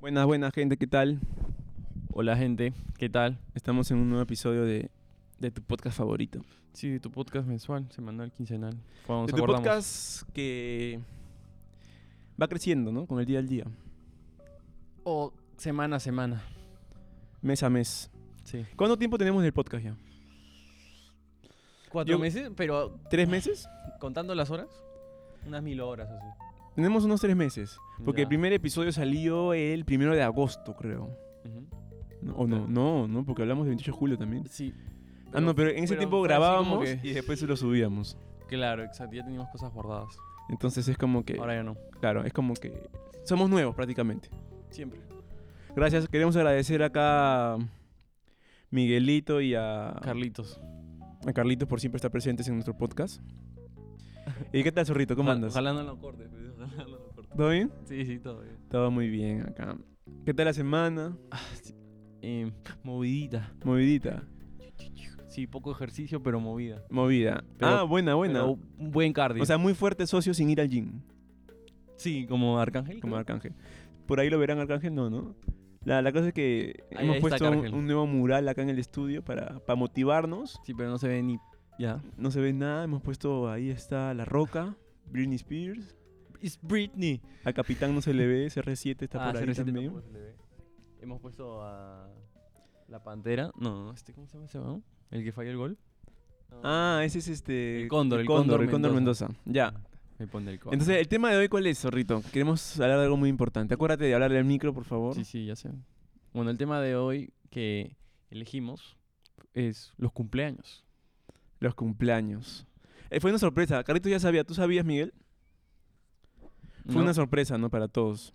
Buenas, buenas gente, ¿qué tal? Hola gente, ¿qué tal? Estamos en un nuevo episodio de, de tu podcast favorito. Sí, tu podcast mensual, semanal, quincenal. Cuando De nos tu acordamos. podcast que va creciendo, ¿no? Con el día al día, O semana a semana. mes a mes. Sí. ¿Cuánto tiempo tenemos del podcast ya? Cuatro Yo- meses, pero ¿Tres meses? contando las horas, unas mil horas así. Tenemos unos tres meses. Porque el Ya. primer episodio salió el primero de agosto, creo. Ujú. No, o no, no, no, porque hablamos del 28 de julio también. Sí. ah, no, pero en ese pero tiempo fue así como grabábamos que- y después se lo subíamos. Claro, exacto, ya teníamos cosas guardadas. Entonces es como que, Ahora ya no. claro, es como que somos nuevos prácticamente. Siempre. Gracias, queremos agradecer acá a Miguelito y a, Carlitos. a Carlitos por siempre estar presentes en nuestro podcast. ¿Y qué tal, zorrito? ¿Cómo Oja- andas? Ojalá no lo corte, pues, ojalá no lo corte. ¿Todo bien? Sí, sí, todo bien. Todo muy bien acá. ¿Qué tal la semana? Eh, movidita. Em, Movidita. Sí, poco ejercicio, pero movida. Movida. Pero- ah, buena, buena. Pero un buen cardio. o sea, muy fuerte socio sin ir al gym, sí, como Arcángel. como creo. Arcángel. Por ahí lo verán Arcángel, no, ¿no? La, la cosa es que Ahí- hemos ahí está puesto un, Arcángel. un nuevo mural acá en el estudio para, para motivarnos. Sí, pero no se ve ni. Ya. No se ve nada, hemos puesto ahí está La Roca, Britney Spears. It's Britney. A Capitán no se le ve, CR7 está Ah, por ahí CR7 también. tampoco se le ve. Hemos puesto a la Pantera. No, este, ¿cómo se llama ese weón? El que falló el gol. Ah, ese es este. El cóndor, el el cóndor, cóndor el cóndor Mendoza. Ya. Me pone el cóndor. Entonces, el tema de hoy, ¿cuál es, Zorrito? Queremos hablar de algo muy importante. Acuérdate de hablarle al micro, por favor. Sí, sí, ya sé. Bueno, el tema de hoy que elegimos es los cumpleaños. Los cumpleaños. Eh, fue una sorpresa. Carrito ya sabía. ¿Tú sabías, Miguel? Fue ¿no? una sorpresa, ¿no? Para todos.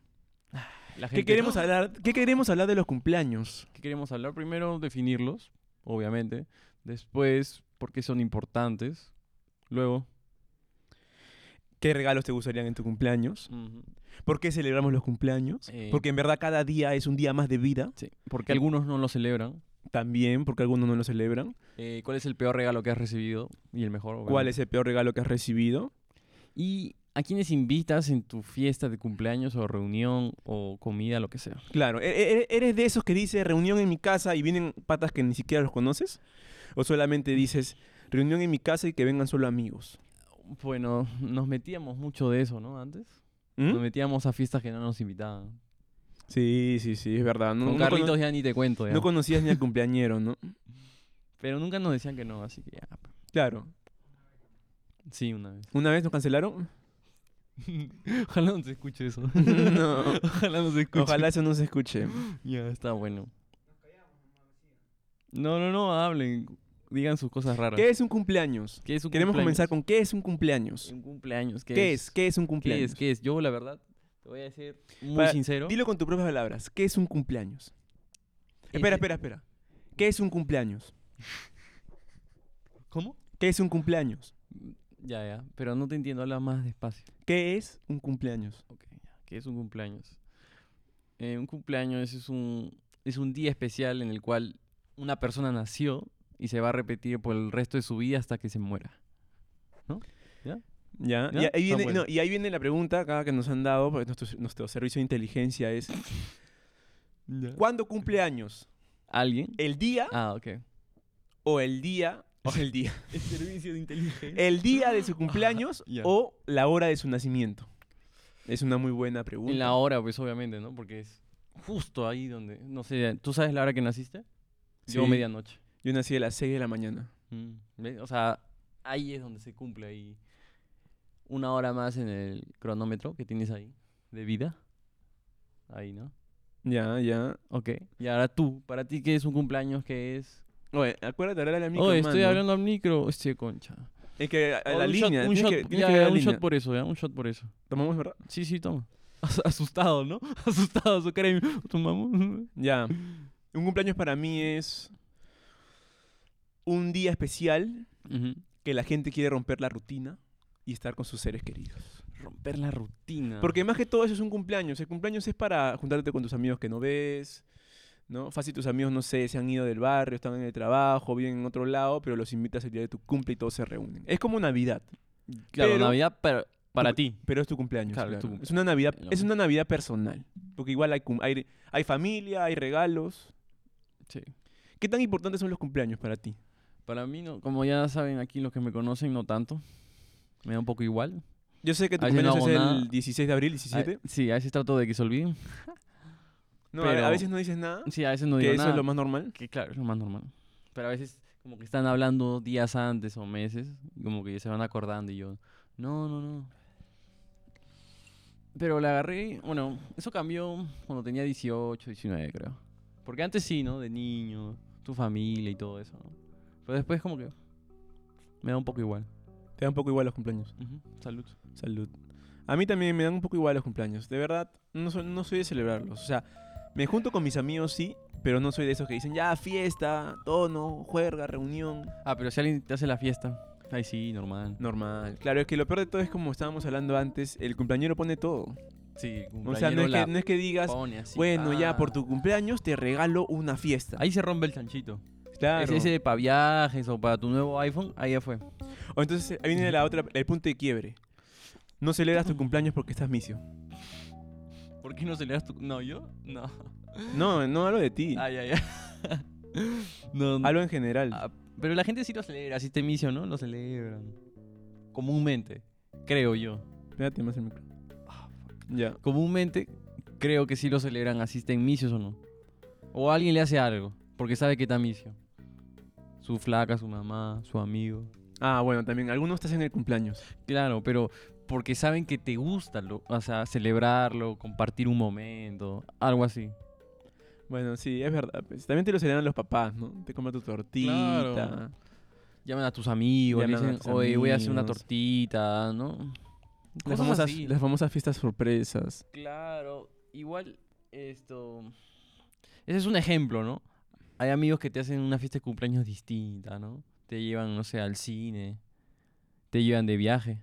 La ¿Qué gente- queremos hablar? ¿Qué queremos hablar de los cumpleaños? ¿Qué queremos hablar? Primero, definirlos, obviamente. Después, por qué son importantes. Luego, ¿Qué regalos te gustarían en tu cumpleaños? ¿Por qué celebramos los cumpleaños? Eh. Porque en verdad cada día es un día más de vida. sí, porque algunos no lo celebran. También, porque algunos no lo celebran. Eh, ¿Cuál es el peor regalo que has recibido? Y el mejor. ¿Cuál obviamente. es el peor regalo que has recibido? ¿Y a quiénes invitas en tu fiesta de cumpleaños o reunión o comida, lo que sea? Claro, ¿E- e- ¿eres de esos que dice reunión en mi casa y vienen patas que ni siquiera los conoces? ¿O solamente dices reunión en mi casa y que vengan solo amigos? Bueno, nos metíamos mucho de eso, ¿no? Antes. ¿Mm? Nos metíamos a fiestas que no nos invitaban. Sí, sí, sí, es verdad. No, Con no cono- Carlitos ya ni te cuento, ya. no conocías ni al cumpleañero, ¿no? Pero nunca nos decían que no, así que ya. pe. Claro. Sí, una vez. ¿Una vez nos cancelaron? Ojalá no se escuche eso. no. Ojalá no se escuche. Ojalá eso no se escuche. Ya, está bueno. No, no, no, hablen. Digan sus cosas raras. ¿Qué es un cumpleaños? ¿Qué es un Queremos cumpleaños? comenzar con ¿qué es un cumpleaños? Un cumpleaños. ¿Qué, ¿Qué es? ¿Qué es un ¿Qué cumpleaños? es? ¿Qué es? Yo, la verdad, te voy a decir muy Para- sincero. Dilo con tus propias palabras. ¿Qué es un cumpleaños? Espera, Ese- espera, espera. ¿Qué es un cumpleaños? ¿Cómo? ¿Qué es un cumpleaños? Ya, ya. Pero no te entiendo, habla más despacio. ¿Qué es un cumpleaños? Ok, ya. ¿Qué es un cumpleaños? Eh, un cumpleaños es un, es un día especial en el cual una persona nació y se va a repetir por el resto de su vida hasta que se muera. ¿Ya? ¿Ya? Y, ahí Ah, viene, bueno. no, y ahí viene la pregunta acá que nos han dado, porque nuestro, nuestro servicio de inteligencia es, ¿cuándo cumple años? ¿Alguien? ¿El día Ah, ok. o el día? O el día. El servicio de inteligencia. ¿El día de su cumpleaños Ah, Ya. o la hora de su nacimiento? Es una muy buena pregunta. En la hora, pues, obviamente, ¿no? Porque es justo ahí donde... No sé, ¿tú sabes la hora que naciste? Yo Sí. medianoche. Yo nací a las 6 de la mañana. Mm, ¿ves? O sea, ahí es donde se cumple ahí una hora más en el cronómetro que tienes ahí de vida. Ahí, ¿no? Ya, ya. Ok. Y ahora tú, para ti, ¿qué es un cumpleaños? ¿Qué es? Oye, acuérdate, hablar a la micro, oh, estoy mano. hablando al micro. Este concha. Es que a, a Oh, la un shot, línea. un tienes shot, que- tienes ya, que ver ya, la un línea. shot por eso, ya, un shot por eso. ¿Tomamos, verdad? Sí, sí, toma. As- Asustado, ¿no? Asustado, su cara. y- Tomamos. Ya. Un cumpleaños para mí es un día especial Ujú. que la gente quiere romper la rutina y estar con sus seres queridos. Romper la rutina. Porque más que todo eso es un cumpleaños. El cumpleaños es para juntarte con tus amigos que no ves, ¿no? Fácil tus amigos, no sé, se han ido del barrio, están en el trabajo, viven en otro lado, pero los invitas el día de tu cumple y todos se reúnen. Es como Navidad, Claro, pero- Navidad para, para ti. pero es tu cumpleaños. Claro, claro. es tu cum- Es una Navidad, Lo es una Navidad personal. Porque igual hay, cum- hay, hay familia, hay regalos. Sí. ¿Qué tan importantes son los cumpleaños para ti? Para mí, no, como ya saben aquí los que me conocen, no tanto. Me da un poco igual. Yo sé que tu A veces no cumpleaños es hago nada. el 16 de abril, A- 17. sí, a veces trato de que se olviden. no, a- a, pero- veces no dices nada. Sí, a veces no que digo eso nada. es lo más normal. Que claro, es lo más normal. Pero a veces como que están hablando días antes o meses, y como que ya se van acordando y yo, no, no, no. Pero la agarré, bueno, eso cambió cuando tenía 18, 19 creo. Porque antes sí, ¿no? De niño, tu familia y todo eso, ¿no? Pero después como que me da un poco igual. Te da un poco igual los cumpleaños. Ujú, Salud. Salud. A mí también me dan un poco igual los cumpleaños. De verdad, no soy, no soy de celebrarlos. O sea, me junto con mis amigos, sí, pero no soy de esos que dicen, ya, fiesta, tono, juerga, reunión. Ah, pero si alguien te hace la fiesta, ahí sí, normal. Normal. Claro, es que lo peor de todo es como estábamos hablando antes, el cumpleañero pone todo. Sí, O sea, no es, que, no es que digas, bueno, ya por tu cumpleaños te regalo una fiesta. ah. Ahí se rompe el chanchito. claro. Es ese para viajes o para tu nuevo iPhone, ahí ya fue. O entonces ahí viene la otra, el punto de quiebre. No celebras tu cumpleaños porque estás misio. ¿Por qué no celebras tu.? No, yo. No. No, no hablo de ti. Ay, ay, ay. No, no. Hablo en general. Ah, pero la gente sí lo celebra, si te misio, ¿no? Lo celebran. Comúnmente, creo yo. Espérate más el micro. Ah, Ya. Comúnmente, creo que sí lo celebran, asisten misios o no. O alguien le hace algo, porque sabe que está misio. Su flaca, su mamá, su amigo. Ah, bueno, también algunos estás en el cumpleaños. Claro, pero porque saben que te gusta, lo, o sea, celebrarlo, compartir un momento, algo así. Bueno, sí, es verdad. pues. También te lo celebran los papás, ¿no? Te comen tu tortita. Claro. Llaman a tus amigos, le Llaman a dicen, tus oye, voy a hacer una amigos". tortita, ¿no? Las Cosas famosas, así. las famosas fiestas sorpresas. Claro, igual esto... Ese es un ejemplo, ¿no? Hay amigos que te hacen una fiesta de cumpleaños distinta, ¿no? Te llevan, no sé, al cine, te llevan de viaje.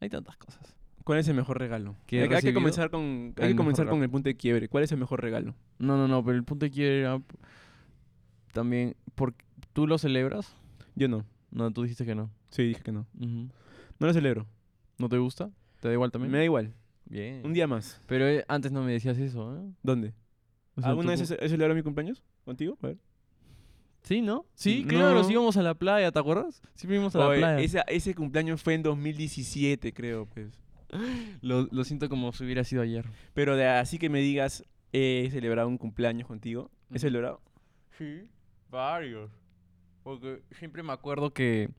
Hay tantas cosas. ¿Cuál es el mejor regalo? ¿Que he hay, hay que recibido? comenzar con, hay El que mejor comenzar con regalo. el punto de quiebre. ¿Cuál es el mejor regalo? No, no, no, pero el punto aquí era p- también, ¿por qué- ¿tú lo celebras? Yo no. No, tú dijiste que no. Sí, dije que no. Ujú. No lo celebro. ¿No te gusta? ¿Te da igual también? Me da igual. Bien. Un día más. Pero eh, antes no me decías eso, ¿eh? ¿Dónde? O sea, ¿Alguna tú vez como- has has celebrado mi cumpleaños? ¿Contigo? A ver. Sí, ¿no? Sí, No. claro, sí íbamos a la playa, ¿te acuerdas? Sí, íbamos a la Oye, playa. eh, esa- ese cumpleaños fue en 2017, creo, pues. Lo, lo siento como si hubiera sido ayer. Pero de así que me digas, he celebrado un cumpleaños contigo. Ujú. ¿He celebrado? Sí, varios. Porque siempre me acuerdo que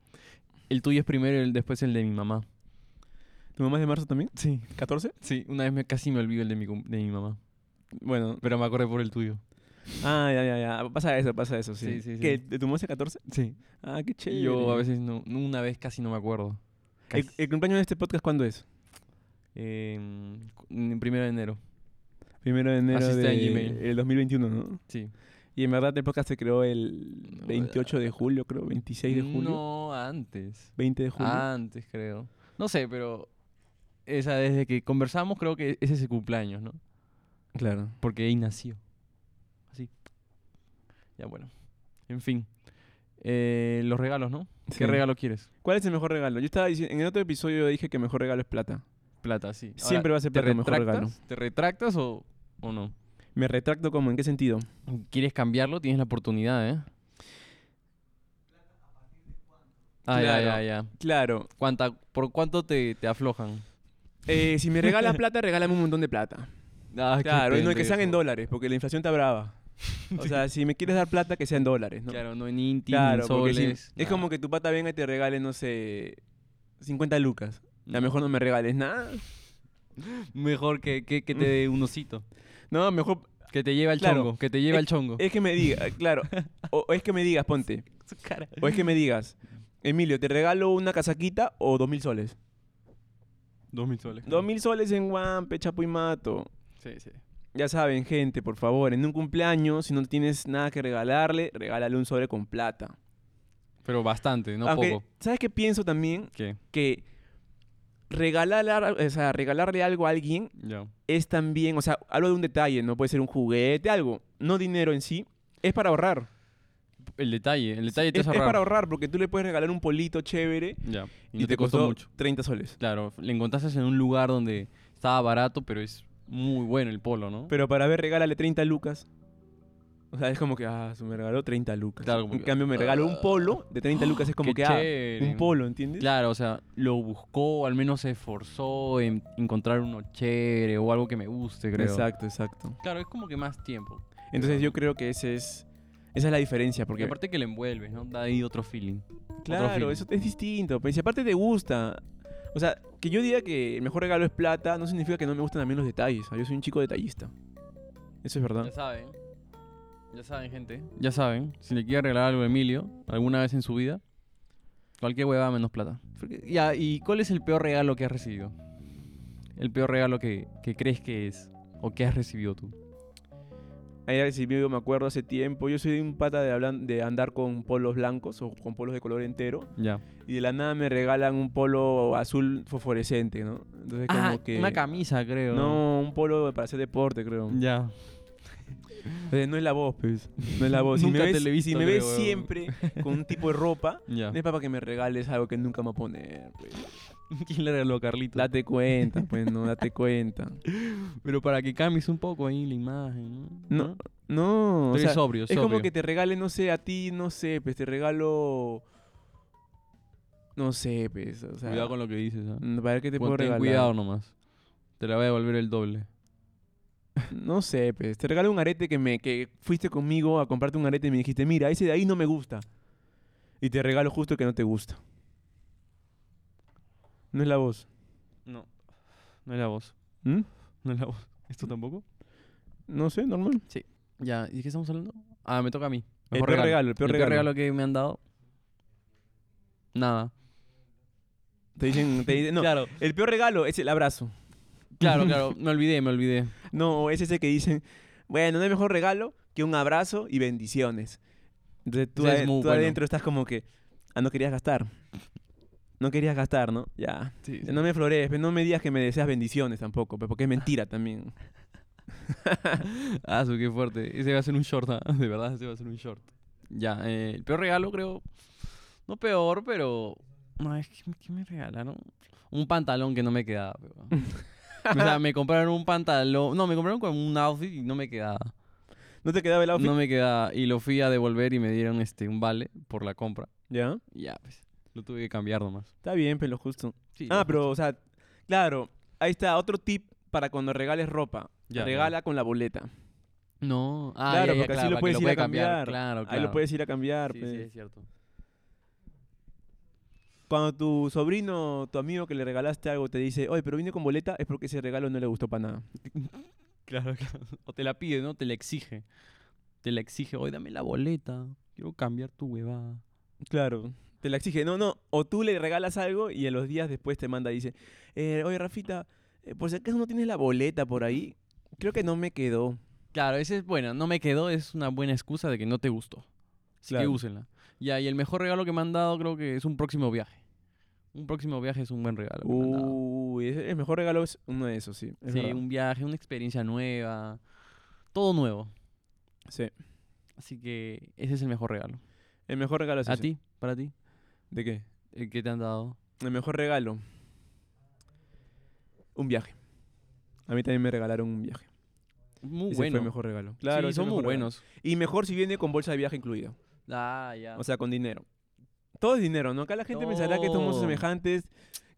el tuyo es primero y el, después el de mi mamá. ¿Tu mamá es de marzo también? Sí. ¿14? Sí, una vez me, casi me olvido el de mi, cum- de mi mamá. Bueno. Pero me acordé por el tuyo. Ah, ya, ya, ya. Pasa eso, pasa eso, sí. Sí, sí, sí. ¿Qué? ¿De tu mamá es de 14? Sí. Ah, qué Y chévere. yo a veces no, no, una vez casi no me acuerdo. ¿El, Casi. el cumpleaños de este podcast cuándo es? Em, cu- en primero de enero, Primero de enero Así está en de- Gmail. el 2021, ¿no? sí. Y en verdad el podcast se creó el No, 28 de julio, creo, 26 de julio. No, antes. 20 de julio. Antes, creo. No sé, pero esa desde que conversamos creo que ese es el cumpleaños, ¿no? claro. Porque ahí nació. Así. Ya bueno. En fin. Eh, los regalos, ¿no? Sí. ¿Qué regalo quieres? ¿Cuál es el mejor regalo? Yo estaba diciendo, en el otro episodio dije que mejor regalo es plata. Plata, sí. Ahora, Siempre va a ser ¿Te plata el mejor regalo. retractas? ¿Te retractas o, o no? Me retracto como, ¿en qué sentido? ¿Quieres cambiarlo? Tienes la oportunidad, ¿eh? Ah, ya, ya, Claro. ya. Claro. ¿Cuánta, ¿Por cuánto te, te aflojan? eh, si me regalas plata, regálame un montón de plata. Ah, Claro, y no que sean en dólares, porque la inflación está brava. O sea, si me quieres dar plata, que sea en dólares, ¿no? Claro, no en Inti, Claro, en porque si- soles. es como que tu pata venga y te regale, no sé, 50 lucas. A lo mejor no me regales nada. Mejor que, que, que te dé un osito. No, mejor Que te lleve al Mm. Claro. chongo. Que te lleve Es- al chongo. es que me digas, claro. O, o es que me digas, ponte. Su cara. O es que me digas, Emilio, ¿te regalo una casaquita o dos mil soles? Dos mil soles. Dos mil soles en Guampe, Chapo y Mato. Sí, sí. Ya saben, gente, por favor, en un cumpleaños, si no tienes nada que regalarle, regálale un sobre con plata. Pero bastante, no Aunque, poco. ¿sabes qué pienso también? ¿Qué? Que regalar, a- o sea, regalarle algo a alguien Ya. es también, o sea, hablo de un detalle, no puede ser un juguete, algo, no dinero en sí, es para ahorrar. El detalle, el detalle te Es, hace es ahorrar. para ahorrar, porque tú le puedes regalar un polito chévere Ya. Y, y, no te, costó, mucho. 30 soles. Claro, le encontraste en un lugar donde estaba barato, pero es Muy bueno el polo, ¿no? Pero para ver, regálale 30 lucas. O sea, es como que, ah, se me regaló 30 lucas. Claro, como en que, cambio, me regaló un polo de 30 lucas. Es como Qué que, ah, chévere. un polo, ¿entiendes? Claro, o sea, lo buscó, al menos se esforzó en encontrar uno chévere o algo que me guste, creo. Exacto, exacto. Claro, es como que más tiempo. Entonces yo creo que ese es, esa es la diferencia. Porque Porque, aparte que lo envuelves, ¿no? Da ahí otro feeling. otro claro, feeling. eso es distinto. Pues si aparte te gusta. O sea, que yo diga que el mejor regalo es plata no significa que no me gustan también los detalles. Ah, Yo soy un chico detallista. Eso es Ya verdad. saben. Ya saben, gente. ¿Ah? Ya saben. Si le quiere regalar algo a Emilio, alguna vez en su vida, cualquier hueva menos plata. Porque- Ya, ¿y cuál es el peor regalo que has recibido? El peor regalo que, que crees que es o que has recibido tú. Ahí sí, yo me acuerdo hace tiempo. Yo soy un pata de, hablan- de andar con polos blancos o con polos de color entero. Ya. Y de la nada me regalan un polo azul fosforescente, ¿no? Entonces Ah, como que... una camisa, creo. Mm. no, un polo para hacer deporte, creo. Ya. Entonces, no es la voz, pues. No es la voz. Si me Nunca te ves, lo he visto, si me creo, ves weón. siempre con un tipo de ropa, Ya. no es para que me regales algo que nunca me va a poner. pues. ¿Quién le regaló a Carlitos? Date cuenta, pues, no, date cuenta. Pero para que cambies un poco ahí la imagen, ¿no? No, No, o Tú eres sea, sobrio, es como sobrio. que te regale, no sé, a ti, no sé, pues te regalo. No sé, pues. O sea, Cuidado con lo que dices, ¿ah? mm, Para ver qué te Pon- puedo ten regalar. cuidado nomás. Te la voy a devolver el doble. No sé, pues. Te regalo un arete que me que fuiste conmigo a comprarte un arete y me dijiste, mira, ese de ahí no me gusta. Y te regalo justo el que no te gusta. No es la voz. No. No es la voz. ¿Mm? No es la voz. ¿Esto tampoco? No sé, normal. Mm. Ya, ¿y de qué estamos hablando? Ah, me toca a mí. El Mejor peor regalo, el peor regalo. que me han dado. Nada. Te dicen, te dicen- no. Claro, El peor regalo es el abrazo. claro, claro. Me olvidé, me olvidé. No, es ese que dicen, bueno, no hay mejor regalo que un abrazo y bendiciones. Entonces tú, Ese es ade- muy tú bueno. adentro estás como que, ah, no querías gastar. No querías gastar, ¿no? Ya. Sí, No me florees, pe, no me digas que me deseas bendiciones tampoco, pe, porque es mentira también. Ah, su, qué fuerte. Ese va a ser un short, ¿ah? de verdad, ese va a ser un short. Ya, eh, el peor regalo creo... No peor, pero... No, es que ¿qué me regalaron? Un pantalón que no me quedaba. pe, weón. o sea, me compraron un pantalón... No, me compraron con un outfit y no me quedaba. ¿No te quedaba el outfit? No me quedaba. Y lo fui a devolver y me dieron este un vale por la compra. Ya. Y ya, pues, lo tuve que cambiar nomás. Está bien, pero justo. Sí, ah, lo pero, justo. o sea, claro, ahí está otro tip para cuando regales ropa. Ya, Ah, Regala con la boleta. No. Ah, claro, ya, ya, porque así claro, lo para que puedes ir pueda a cambiar. Claro, claro. Ahí lo puedes ir a cambiar. Sí, pe. sí, es cierto. Cuando tu sobrino, tu amigo que le regalaste algo te dice, oye, pero vine con boleta, es porque ese regalo no le gustó para nada. Claro, claro. O te la pide, ¿no? Te la exige. Te la exige. Oye, dame la boleta. Quiero cambiar tu huevada. Claro. Te la exige, no, no. O tú le regalas algo y a los días después te manda y dice, "Eh, oye, Rafita, eh, por si acaso no tienes la boleta por ahí, creo que no me quedó. Claro, esa es buena. No me quedó. Es una buena excusa de que no te gustó. Así que Claro. úsenla. Ya, y el mejor regalo que me han dado creo que es un próximo viaje. Un próximo viaje es un buen regalo. que me han dado. Uy, ese- el mejor regalo es uno de esos, sí. es sí, verdad. un viaje, una experiencia nueva. Todo nuevo. Sí. Así que ese es el mejor regalo. El mejor regalo es ¿A ese. ti? ¿Para ti? ¿De qué? ¿El que te han dado? El mejor regalo. Un viaje. A mí también me regalaron un viaje. Muy Ese fue bueno. el mejor regalo. Claro, sí, ese son fue el muy mejor regalo. buenos. Y mejor si viene con bolsa de viaje incluida. Ah, ya. O sea, con dinero. Todo es dinero, ¿no? Acá la gente pensará que somos Todo. semejantes,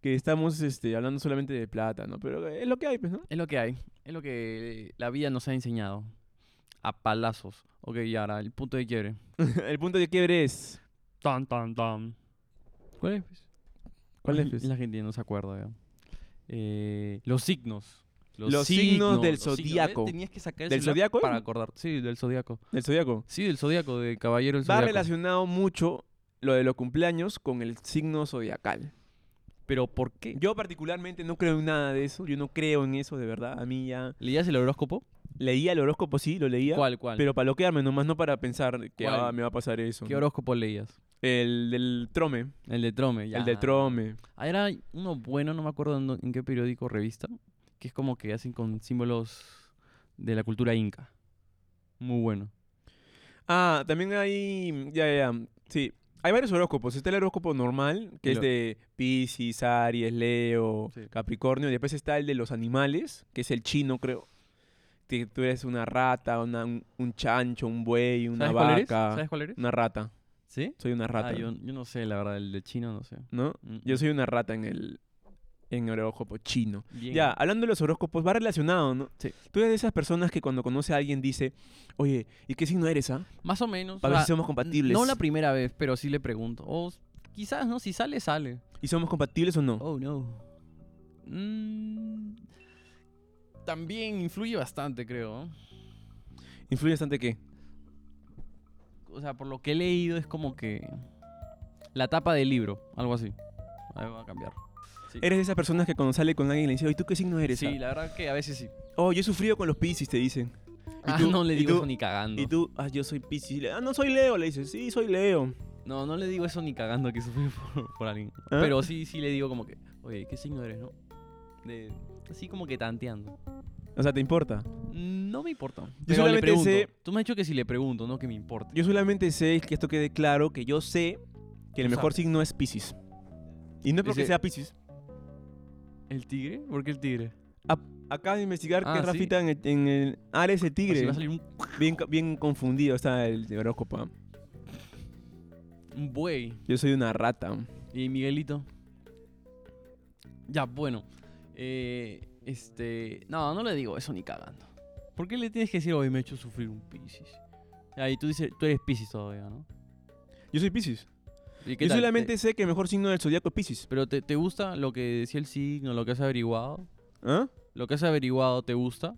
que estamos este, hablando solamente de plata, ¿no? Pero es lo que hay, pues, ¿no? Es lo que hay. Es lo que la vida nos ha enseñado. A palazos. Ok, y ahora el punto de quiebre. el punto de quiebre es... Tan, tan, tan. ¿Cuál es? pues? ¿Cuál es? Ay, pues? La gente no se acuerda, ya. Eh, los signos. Los signos del los signos. ¿Ves? zodíaco. Tenías que sacar el ¿Del celular zodíaco Para es? acordar. Sí, del zodiaco. El zodiaco. Sí, del zodiaco, de caballero del Va zodiaco. relacionado mucho lo de los cumpleaños con el signo zodiacal. Pero ¿por qué? Yo particularmente no creo en nada de eso. Yo no creo en eso, de verdad. A mí ya... ¿Leías el horóscopo? Leía el horóscopo, sí, lo leía. ¿Cuál, cuál? Pero para loquearme nomás, no para pensar que ¿Cuál? ah, me va a pasar eso. ¿Qué ¿no? horóscopo leías? El del trome. El de Trome, ya. El del trome. Ah, era uno bueno, no me acuerdo en, dó- en qué periódico o revista, que es como que hacen con símbolos de la cultura inca. Muy bueno. Ah, también hay. mm, Ya, ya, ya. Sí. Hay varios horóscopos. Está el horóscopo normal, que es Lo- de Pisces, Aries, Leo, Sí. Capricornio. Y después está el de los animales, que es el chino, creo. Que tú eres una rata, una- un, un chancho, un buey, una ¿Sabes cuál eres? vaca. ¿Sabes cuál eres? Una rata. ¿Sí? Soy una Ah, rata. yo, yo no sé, la verdad, el de chino no sé. ¿No? Mm, Yo soy una rata en el, en el horóscopo chino. mm. bien. Ya, hablando de los horóscopos, va relacionado, ¿no? Sí. Tú eres de esas personas que cuando conoce a alguien dice, oye, ¿y qué signo eres, ah? Más o menos. Para o ver si sea, somos compatibles. No la primera vez, pero sí le pregunto. O s- quizás, ¿no? Si sale, sale. ¿Y somos compatibles o no? Oh, no. Mm, también influye bastante, creo. ¿no? ¿Influye bastante qué? O sea, por lo que he leído es como que... La tapa del libro, algo así. Ahí va a cambiar. Sí. Eres de esas personas que cuando sale con alguien le dice, oye, ¿tú qué signo eres? Sí, ah?" la verdad que a veces sí. Oh, yo he sufrido con los piscis, te dicen. Ah, tú? no le ¿Y digo tú? eso ni cagando. Y tú, ah, yo soy piscis. Ah, no, soy Leo, le dices. Sí, soy Leo. No, no le digo eso ni cagando que sufrí por, por alguien. ¿Ah? Pero sí, sí le digo como que, oye, ¿qué signo eres, no? De- así como que tanteando. O sea, ¿te importa? No me importa. Yo solamente sé- Tú me has dicho que si le pregunto, no que me importe. Yo solamente sé que esto quede claro, que yo sé que el Tú mejor signo es piscis. Y no es porque Ese- sea piscis. ¿El tigre? ¿Por qué el tigre? Acaba de investigar Ah, que sí. Rafita en el, en el- Ah, eres el Así tigre. va a salir un, Bien, co- bien confundido está el de horóscopo. ah. un buey. Yo soy una rata. ¿Y Miguelito? Ya, bueno. Eh, este... No, no le digo eso ni cagando. ¿Por qué le tienes que decir, oye, me he hecho sufrir un piscis? Ahí tú dices, tú eres piscis todavía, ¿no? Yo soy piscis. ¿Y qué Yo tal? Eh. ¿Te- solamente sé que el mejor signo del zodiaco es piscis. Pero te, te gusta lo que decía el signo, lo que has averiguado. ¿Ah? Lo que has averiguado te gusta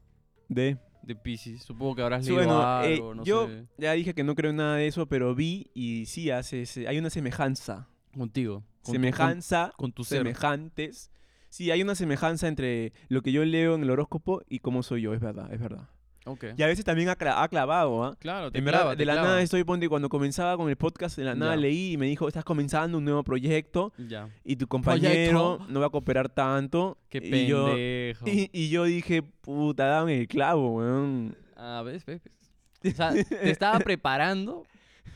De... de Pisces. Supongo que habrás Sí, leído bueno, eh, algo, no yo sé, ya dije que no creo en nada de eso, pero vi y sí hace, se- hay una semejanza. contigo. Con Tu, semejanza, con, con tu ser. semejantes. Sí, hay una semejanza entre lo que yo leo en el horóscopo y cómo soy yo, es verdad, es verdad. Ok. Y a veces también ha, cla- ha clavado, ¿ah? Claro, te En verdad, clava, de te la clava. nada estoy, ponte, cuando comenzaba con el podcast, de la nada Ya. leí y me dijo, estás comenzando un nuevo proyecto Ya. y tu Proyecto. compañero no va a cooperar tanto. Qué y yo, pendejo. y, y yo dije, puta, dame el clavo, weón. Ah, ves, ves, ves. O sea, te estaba preparando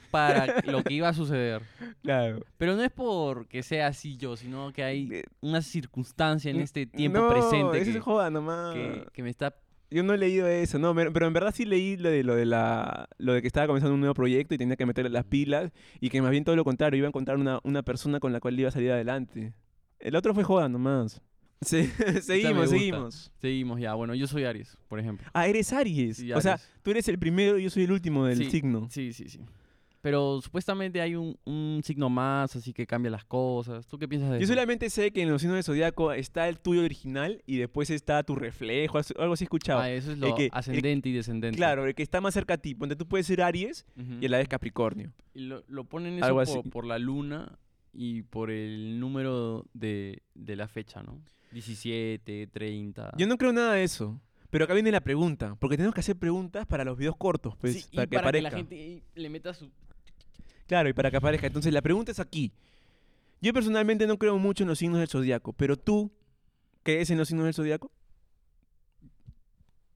para lo que iba a suceder. Claro. Pero no es porque sea así yo, sino que hay Eh, una circunstancia en n- este tiempo No, presente eso que, es joda nomás. que, que me está... Yo no he leído eso, no, mer- pero en verdad sí leí lo de, lo de la lo de que estaba comenzando un nuevo proyecto y tenía que meterle las pilas y que más bien todo lo contrario, iba a encontrar una, una persona con la cual iba a salir adelante. El otro fue joda nomás. Se- seguimos, gusta. seguimos. Seguimos ya. Bueno, yo soy Aries, por ejemplo. Ah, eres Aries. Sí, O sea, Aries. tú eres el primero y yo soy el último del Sí. signo. Sí, sí, sí. Pero supuestamente hay un, un signo más, así que cambia las cosas. ¿Tú qué piensas de Yo eso? solamente sé que en los signos del zodiaco está el tuyo original y después está tu reflejo, as- algo así he escuchado. Ah, eso es lo que- el- ascendente y descendente. claro, el que está más cerca a ti, donde tú puedes ser Aries Ujú. y a la vez Capricornio. Y lo, lo ponen eso Algo por, así. por la luna y por el número de, de la fecha, ¿no? 17, 30. Yo no creo nada de eso. Pero acá viene la pregunta, porque tenemos que hacer preguntas para los videos cortos, pues, Sí, y para que para que aparezca. la gente ahí le meta su... Claro, y para que aparezca. Entonces, la pregunta es aquí. Yo personalmente no creo mucho en los signos del zodiaco, pero tú crees en los signos del zodiaco?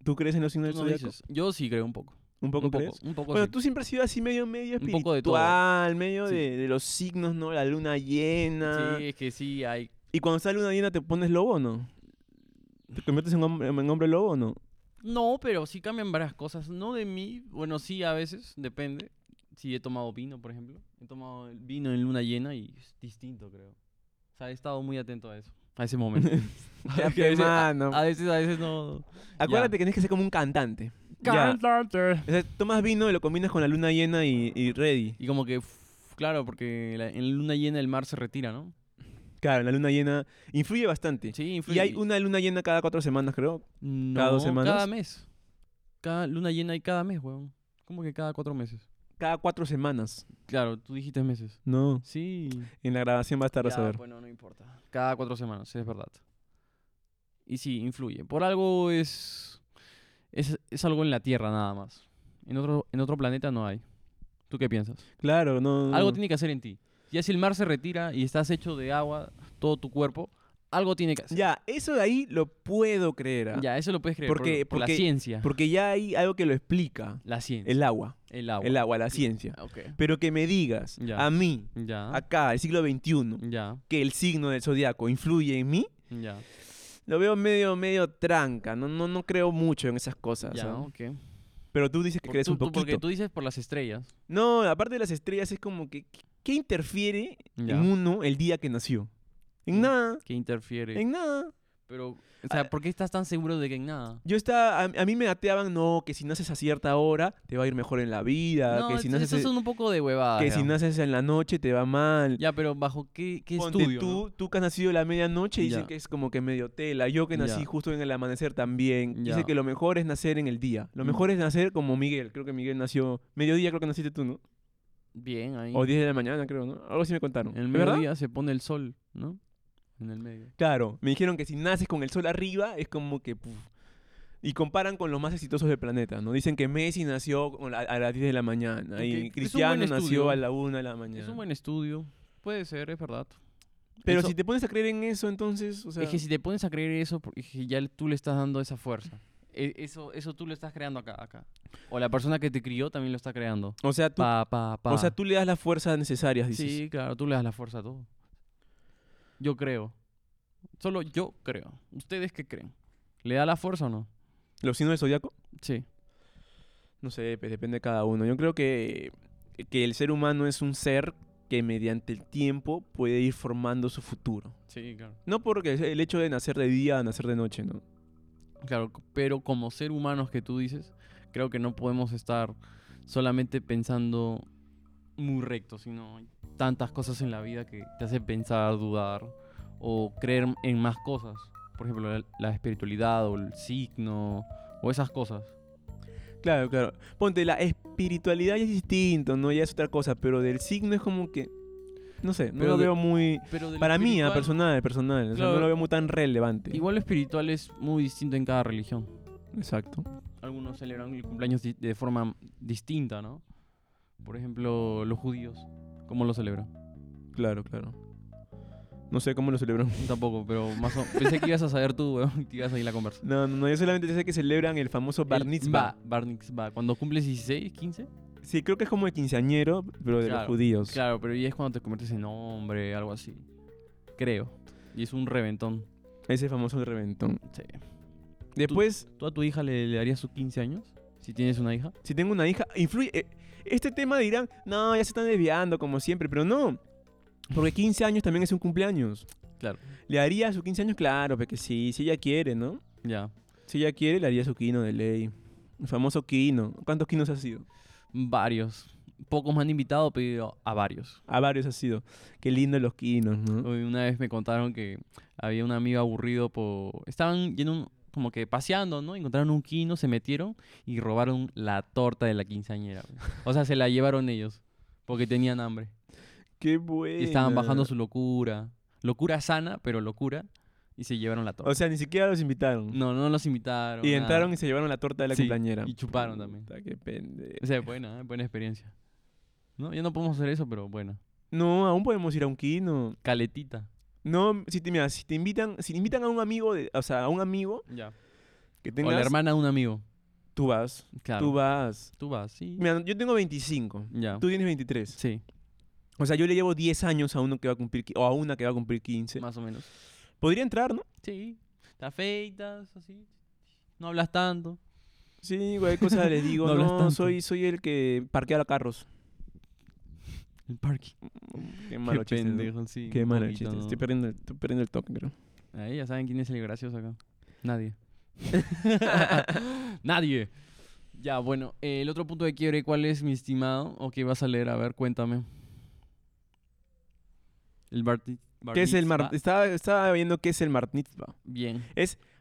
¿Tú crees en los signos tú del no zodiaco? dices. Yo sí creo un poco. Un poco, Un poco, crees? un poco Bueno, sí. tú siempre has sido así medio medio Un poco espiritual, de todo. medio Sí. de, de los signos, ¿no? La luna llena. Sí, es que sí hay... ¿Y cuando sale luna llena te pones lobo o no? ¿Te conviertes en hombre, en hombre lobo o no? No, pero sí cambian varias cosas. No de mí, bueno, sí a veces, depende. Si he tomado vino, por ejemplo. He tomado el vino en luna llena y es distinto, creo. O sea, he estado muy atento a eso, a ese momento. Ya, Es que pe, a, veces, a- mano. a veces, a veces no. Acuérdate que tienes que ser como un cantante. Ya. Cantante. O sea, tomas vino y lo combinas con la luna llena y, y ready. Y como que, f- claro, porque la- en luna llena el mar se retira, ¿no? Claro, la luna llena influye bastante. Sí, influye. Y hay una luna llena cada cuatro semanas, creo. cada dos No, Cada semanas. mes. Cada luna llena y cada mes, weón. ¿Cómo que cada cuatro meses? Cada cuatro semanas. Claro, tú dijiste meses. No. Sí. En la grabación va a estar a Ya, pues. saber. Bueno, no importa. Cada cuatro semanas, es verdad. Y sí, influye. Por algo es, es, es algo en la Tierra nada más. En otro, en otro planeta no hay. ¿Tú qué piensas? Claro, no. Algo no. tiene que hacer en ti. Ya si el mar se retira y estás hecho de agua, todo tu cuerpo, algo tiene que hacer. Ya, eso de ahí lo puedo creer. ¿ah? Ya, eso lo puedes creer. Porque- por, por la porque- ciencia. Porque ya hay algo que lo explica. la ciencia. El agua. El agua. El agua, Ah, la ciencia. Ah, Ok. Pero que me digas, Ya. Ah. a mí, Ya. acá, el siglo XXI, Ya. que el signo del zodiaco influye en mí, Ya. lo veo medio, medio tranca. No, no, no creo mucho en esas cosas. Ya, ¿ah? ok. Pero tú dices que Por- crees tú- un tú- poquito. Porque tú dices por las estrellas. No, aparte de las estrellas, es como que. ¿qué- ¿Qué interfiere Ya. en uno el día que nació? En Mm. nada. Que interfiere. En Ah, nada. Pero, o sea, ¿por qué estás tan seguro de que en nada? Yo estaba, a, a mí me ateaban, no, que si naces a cierta hora te va a ir mejor en la vida, No, que si es- naces, eso es un poco de huevada. que ya. si naces en la noche te va mal. Ya, pero ¿bajo qué, qué Ponte estudio? tú, no? tú que has nacido a la medianoche dicen Ya. que es como que medio tela. Yo que nací Ya. justo en el amanecer también. Ya. Dice que lo mejor es nacer en el día. Lo Mm. mejor es nacer como Miguel. Creo que Miguel nació mediodía, creo que naciste tú, ¿no? Bien, ahí. O 10 de la mañana, creo, ¿no? Algo así me contaron. En el ¿Es verdad? mediodía se pone el sol, ¿no? En el medio. Claro, me dijeron que si naces con el sol arriba es como que... puf. Y comparan con los más exitosos del planeta, ¿no? Dicen que Messi nació con la- a las 10 de la mañana Ok, es un y buen Cristiano nació estudio. a la 1 de la mañana. Es un buen estudio. Puede ser, es verdad. Pero Eso- si te pones a creer en eso, entonces, o sea... es que si te pones a creer eso, porque es que ya le- tú le estás dando esa fuerza. E- Eso, eso tú lo estás creando acá, acá. O la persona que te crió también lo está creando. O sea, tú, Pa, pa, pa. o sea, tú le das las fuerzas necesarias, dices. Sí, claro, tú le das la fuerza a todo. Yo creo. Solo yo creo. ¿Ustedes qué creen? ¿Le da la fuerza o no? ¿Los signos del zodiaco? Sí. No sé, pues, depende de cada uno. Yo creo que, que el ser humano es un ser que mediante el tiempo puede ir formando su futuro. Sí, claro. No porque el hecho de nacer de día a nacer de noche, ¿no? Claro, c- pero como ser humanos que tú dices, creo que no podemos estar solamente pensando muy recto, sino hay tantas cosas en la vida que te hacen pensar, dudar o creer en más cosas. Por ejemplo, la, la espiritualidad o el signo o esas cosas. Claro, claro. Ponte, la espiritualidad ya es distinto, ¿no? Ya es otra cosa, pero del signo es como que... No sé, no Pero lo de- veo muy... Pero de lo Para mí, a espiritual, personal, personal. o sea, Claro. no lo veo muy tan relevante. Igual lo espiritual es muy distinto en cada religión. Exacto. Algunos celebran el cumpleaños di- de forma distinta, ¿no? Por ejemplo, los judíos. ¿Cómo lo celebran? Claro, claro. No sé cómo lo celebramos. Yo Tampoco, pero más o- pensé que ibas a saber tú, weón, y te ibas a ir a la conversa. No, no, no, yo solamente sé que celebran el famoso Bar Mitzvah. Bar Mitzvah. Cuando cumples 16, 15. Sí, creo que es como el quinceañero, pero de los Claro, judíos. Claro, pero ya es cuando te conviertes en hombre, algo así. Creo. Y es un reventón. Ese famoso reventón. Sí. Después, ¿Tú a tu hija le, le darías sus 15 años? Si tienes una hija. si tengo una hija, influye. eh, Este tema dirán, no, ya se están desviando como siempre, pero no. Porque 15 años también es un cumpleaños. Claro. ¿Le haría sus 15 años? Claro, porque sí, si ella quiere, ¿no? Ya. Si ella quiere, le haría su quino de ley. El famoso quino. ¿Cuántos quinos ha sido? Varios. Pocos me han invitado, pero a varios. A varios ha sido. Qué lindo los quinos, ¿no? Uy, Una vez me contaron que había un amigo aburrido por... Estaban yendo un- como que paseando, ¿no? Encontraron un quino, se metieron y robaron la torta de la quinceañera. güey. O sea, se la llevaron ellos porque tenían hambre. Qué bueno. Y estaban bajando su locura. Locura sana, pero locura. Y se llevaron la torta. O sea, ni siquiera los invitaron. no, no los invitaron. y nada. entraron y se llevaron la torta de la Sí, cumpleañera. y chuparon también. Puta, qué pendejo. O sea, buena, ¿eh? buena experiencia. No, ya no podemos hacer eso, pero bueno. No, aún podemos ir a un kino. Caletita. No, si te, mira, si te invitan, si te invitan a un amigo, de- o sea, a un amigo Ya. que O tengas, la hermana de un amigo. tú vas, Claro. tú Tú, vas. vas, sí. Mira, yo tengo 25, Ya. tú tienes 23. Sí, O sea, yo le llevo 10 años a uno que va a cumplir qui- o a una que va a cumplir 15. más o menos. Podría entrar, ¿no? Sí, te afeitas, así. No hablas tanto. Sí, güey, cosa les digo, No hablas no, tanto. soy soy el que parquea carros. El parking. Qué malo chiste. ¿no? sí. Qué un malo poquito, chiste. ¿no? Estoy perdiendo, el- estoy perdiendo el toque, creo. Ahí ya saben quién es el gracioso acá. Nadie. Nadie. Ya, bueno, eh, el otro punto de quiebre, ¿cuál es, mi estimado? ¿O qué vas a leer? A ver, cuéntame. El Bart. Bar ¿Qué es el Mitzvah. Mart? Estaba, estaba viendo qué es el Mart Mitzvah. Bien.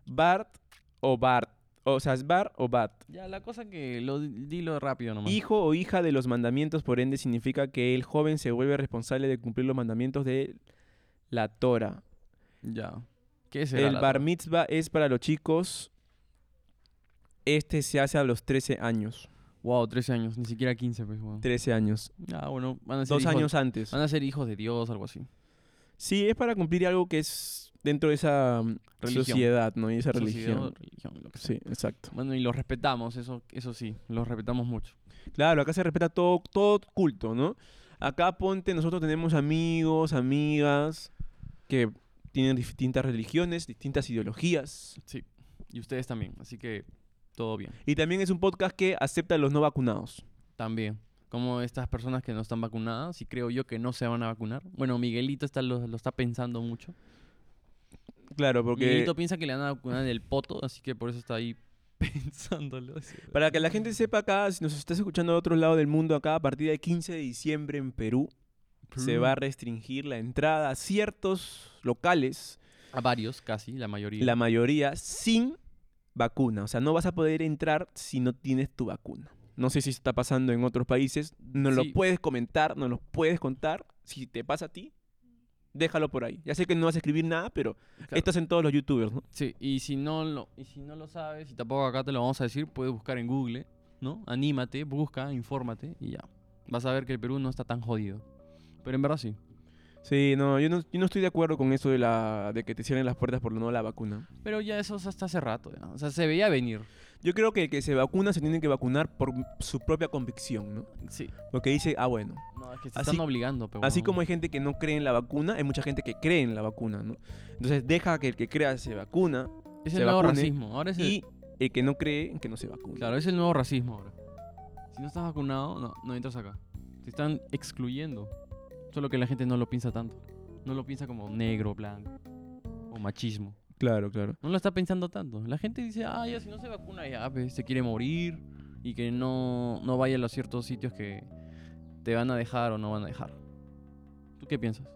Bart o Bart. O sea, es Bar o Bat. Ya, la cosa que lo di- dilo rápido nomás. Hijo o hija de los mandamientos, por ende, significa que el joven se vuelve responsable de cumplir los mandamientos de la Torah. Ya. ¿Qué es El bar mitzvah es para los chicos. Este se hace a los 13 años. Wow, 13 años, ni siquiera 15, pues, weón. 13 años. Ah, bueno, van a ser Dos hijos- años antes. Van a ser hijos de Dios, algo así. Sí, es para cumplir algo que es dentro de esa mm, Religión. sociedad, ¿no? Y esa religión. Sociedad, religión, lo que sea. Sí, exacto. Bueno, y los respetamos, eso, eso sí, los respetamos mucho. Claro, acá se respeta todo, todo culto, ¿no? Acá ponte, nosotros tenemos amigos, amigas que tienen distintas religiones, distintas ideologías. Sí. Y ustedes también, así que todo bien. Y también es un podcast que acepta a los no vacunados. También. Como estas personas que no están vacunadas y creo yo que no se van a vacunar. Bueno, Miguelito está, lo, lo está pensando mucho. Claro, porque Miguelito piensa que le van a vacunar en el poto, así que por eso está ahí pensándolo. para que la gente sepa acá, si nos estás escuchando de otro lado del mundo acá, a partir del 15 de diciembre en Perú, Mm. se va a restringir la entrada a ciertos locales, A varios, casi, la mayoría. la mayoría sin vacuna. O sea, no vas a poder entrar si no tienes tu vacuna. No sé si está pasando en otros países. Nos Sí. lo puedes comentar, nos lo puedes contar. Si te pasa a ti, déjalo por ahí. Ya sé que no vas a escribir nada, pero Claro. estás en todos los youtubers, ¿no? Sí, y si no lo, y si no lo sabes, y tampoco acá te lo vamos a decir, puedes buscar en Google, ¿no? Anímate, busca, infórmate y ya. Vas a ver que el Perú no está tan jodido. Pero en verdad sí. Sí, no yo, no, yo no estoy de acuerdo con eso de la de que te cierren las puertas por no la vacuna. Pero ya eso es hasta hace rato, ya. O sea, se veía venir. Yo creo que el que se vacuna se tiene que vacunar por su propia convicción, ¿no? Sí. Porque dice, ah, bueno. No, es que se Así- están obligando, pero. Así como hay gente que no cree en la vacuna, hay mucha gente que cree en la vacuna, ¿no? Entonces deja que el que crea se vacuna Es se el nuevo vacune racismo. Ahora es el. y el que no cree que no se vacuna. Claro, es el nuevo racismo ahora. Si no estás vacunado, no, no entras acá. Te están excluyendo. Solo que la gente no lo piensa tanto. No lo piensa como negro, blanco. O machismo. claro, claro. No lo está pensando tanto. La gente dice, ah, ya si no se vacuna, ya pues, se quiere morir. Y que no, no vaya a los ciertos sitios que te van a dejar o no van a dejar. ¿Tú qué piensas?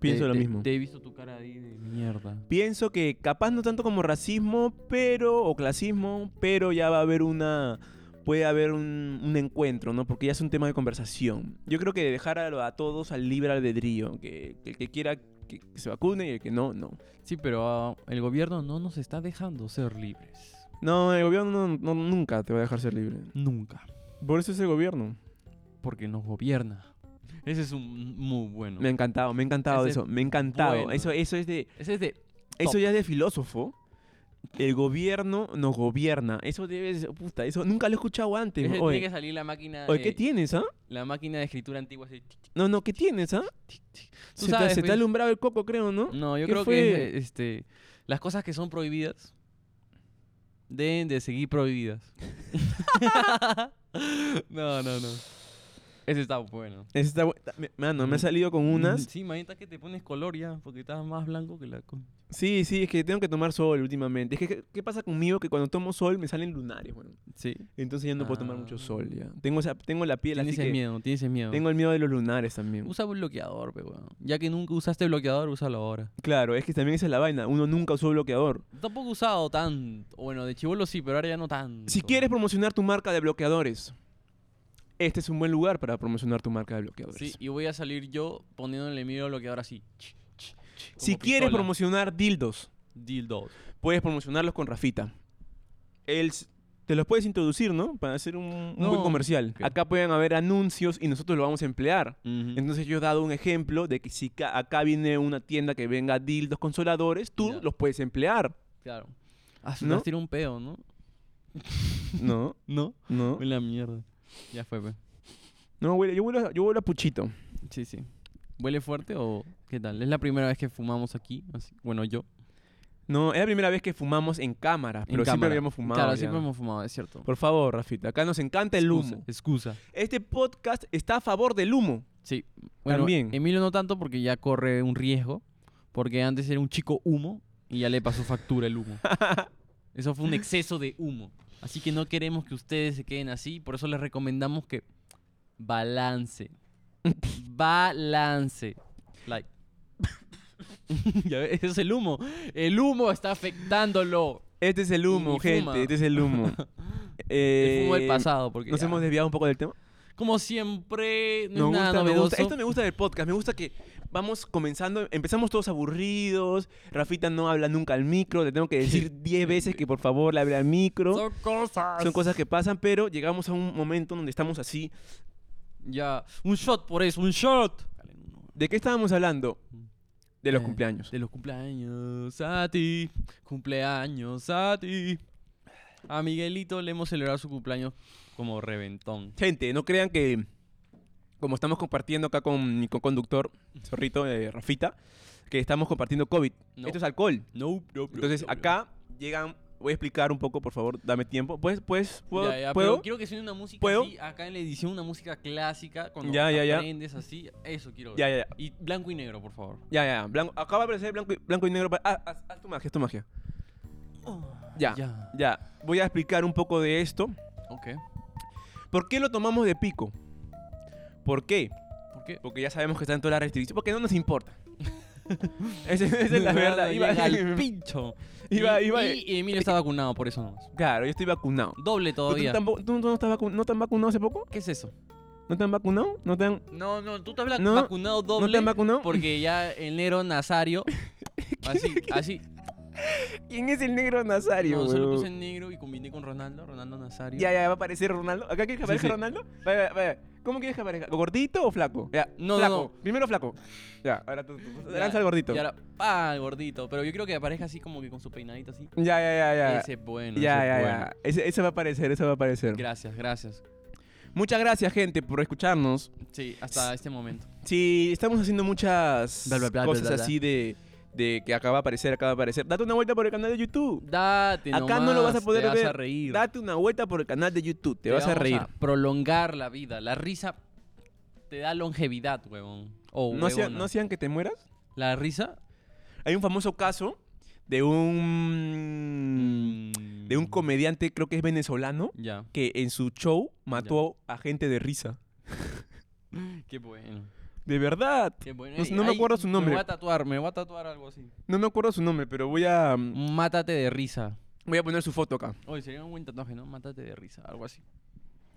Pienso Te- lo te- mismo. Te he visto tu cara ahí de mierda. Pienso que capaz no tanto como racismo, pero o clasismo, pero ya va a haber una puede haber un, un encuentro, ¿no? Porque ya es un tema de conversación. Yo creo que dejar a, a todos al libre albedrío, que, que el que quiera que, que se vacune y el que no, no. Sí, pero ah, el gobierno no nos está dejando ser libres. No, el gobierno no- no- nunca te va a dejar ser libre. Nunca. Por eso es el gobierno. Porque nos gobierna. Ese es un muy bueno. Me ha encantado, me ha encantado Ese eso, me ha encantado. bueno. Eso, eso es de, Ese es de... eso Top. ya es de filósofo. El gobierno nos gobierna. Eso debe ser- puta, eso nunca lo he escuchado antes. ese tiene Oye, que salir la máquina... oye, eh, ¿qué tienes, ah? La máquina de escritura antigua. así, tic, tic, No, no, ¿qué tienes, ah? tic, tic. Se, Tú te- sabes, se te, pues. Mm. ha alumbrado el coco, creo, ¿no? No, yo ¿Qué creo fue? que este, las cosas que son prohibidas deben de seguir prohibidas. no, no, no. Ese está bueno. Ese está bu- ta- me- Mano, Mm. me ha salido con unas. Sí, manita que te pones color ya, porque estás más blanco que la... con- Sí, sí, es que tengo que tomar sol últimamente. Es que, ¿qué- ¿qué pasa conmigo? Que cuando tomo sol me salen lunares, bueno. Sí. Entonces ya no puedo tomar Ah. mucho sol, ya. Tengo, esa, tengo la piel Tienes así ese que... miedo, tienes ese miedo. Tengo el miedo de los lunares también. Usa bloqueador, pero Ya que nunca usaste bloqueador, úsalo ahora. Claro, es que también esa es la vaina. Uno nunca usó bloqueador. Tampoco he usado tanto. Bueno, de chivolo sí, pero ahora ya no tanto. Si quieres promocionar tu marca de bloqueadores, este es un buen lugar para promocionar tu marca de bloqueadores. Sí, y voy a salir yo poniéndole mi bloqueador así. ch, ch, ch, si como quieres pistola. promocionar dildos, Dildos. puedes promocionarlos con Rafita. Él s- te los puedes introducir, ¿no? Para hacer un, un buen No, comercial. ok. Acá pueden haber anuncios y nosotros lo vamos a emplear. Entonces yo he dado un ejemplo de que si ca- acá viene una tienda que venga dildos consoladores, tú Ya. los puedes emplear. Claro. Ah, ¿No? ¿No? tirar un pedo, ¿no? No, No. no. la mierda. Ya fue, pues. pe. No, huele- yo vuelo yo huelo a puchito. Sí, sí. ¿Huele fuerte o qué tal? Es la primera vez que fumamos aquí. así- Bueno, yo. No, es la primera vez que fumamos en cámara, pero en siempre cámara. habíamos fumado. Claro, ya. siempre hemos fumado, es cierto. Por favor, Rafita, acá nos encanta el Excusa, humo. Excusa. Este podcast está a favor del humo. Sí. Bueno, También. Emilio no tanto porque ya corre un riesgo. Porque antes era un chico humo y ya le pasó factura el humo. Eso fue un exceso de humo. Así que no queremos que ustedes se queden así. Por eso les recomendamos que balance. Balance. Like. Ya ves, Eso es el humo. El humo está afectándolo. Este es el humo, Y gente, fuma. este es el humo. El Eh, humo del pasado. Porque Nos ya- hemos desviado un poco del tema. Como siempre, Nos no es gusta, nada me gusta. novedoso. Esto me gusta del podcast. Me gusta que vamos comenzando. Empezamos todos aburridos. Rafita no habla nunca al micro. Le tengo que decir 10 veces que por favor le hable al micro. Son cosas. Son cosas que pasan, pero llegamos a un momento donde estamos así. Ya, un shot por eso, un shot. ¿De qué estábamos hablando? De los Eh, cumpleaños. De los cumpleaños a ti, cumpleaños a ti. A Miguelito le hemos celebrado su cumpleaños como reventón. Gente, no crean que, como estamos compartiendo acá con mi co-conductor, zorrito, eh, Rafita, que estamos compartiendo COVID. No. Esto es alcohol. No, no, Entonces, acá llegan... Voy a explicar un poco, por favor, dame tiempo. ¿Puedes, puedes, puedo? ¿puedo? quiero que suene una música ¿Puedo? así, acá en la edición, una música clásica, cuando Ya, ya, ya. aprendes así, eso quiero ver. Ya, ya, ya. Y blanco y negro, por favor. Ya, ya, ya. Blanco, acá va a aparecer blanco y, blanco y negro. pa- Ah, haz, haz tu magia, haz tu magia. Ya, ya, Oh. Ya, Voy a explicar un poco de esto. ok. ¿Por qué lo tomamos de pico? ¿Por qué? ¿Por qué? Porque ya sabemos que están todas las restricciones. Porque no nos importa. Esa esa es la verdad. Iba, Iba al pincho. iba, y, iba- y- y Emilio está vacunado, por eso no. Claro, yo estoy vacunado. Doble ¿Tú, todavía. tampoco- tú no, estás vacu- no te han vacunado hace poco? ¿Qué es eso? ¿No te han vacunado? ¿No te han, No, no, tú te has No, vacunado doble. ¿no te han vacunado? Porque ya el negro Nazario. Así, así. ¿Quién es el negro Nazario? No, solo huevón? puse en negro y combiné con Ronaldo, Ronaldo Nazario. Ya, ya, va a aparecer Ronaldo. ¿Acá quieres que Sí, aparezca sí. Ronaldo? Vaya, vaya, vaya. ¿Cómo quieres que aparezca? ¿Gordito o flaco? Ya, No, no, flaco. no. Primero flaco. Ya, ahora tú. tú- Ya, Lanza al gordito. Y Ya, ahora, pa, el gordito. Pero yo creo que aparezca así como que con su peinadito así. ya, ya, ya. Ese es bueno. ya, ese es ya, bueno. ya. Ese, ese va a aparecer, ese va a aparecer. Gracias, gracias. Muchas gracias, gente, por escucharnos. Sí, hasta este momento. Sí, estamos haciendo muchas Bla, bla, bla, cosas bla, bla, así de, de que acaba de aparecer, acaba de aparecer. Date una vuelta por el canal de YouTube. Date, Acá no lo vas a nomás, poder te ver. Vas a reír. Date una vuelta por el canal de YouTube. Te, vas a vamos reír. prolongar la vida. La risa te da longevidad, huevón. O No, hacían, huevona. no hacían que te mueras. La risa. Hay un famoso caso de un de un comediante, creo que es venezolano, Ya. que en su show mató a gente de risa. Qué bueno. De verdad. Qué bueno. No- Ey, no me ay, acuerdo su nombre. Me voy a tatuar, me voy a tatuar algo así. No me acuerdo su nombre, pero voy a mm, Mátate de risa. voy a poner su foto acá. Oye, sería un buen tatuaje, ¿no? Mátate de risa, algo así.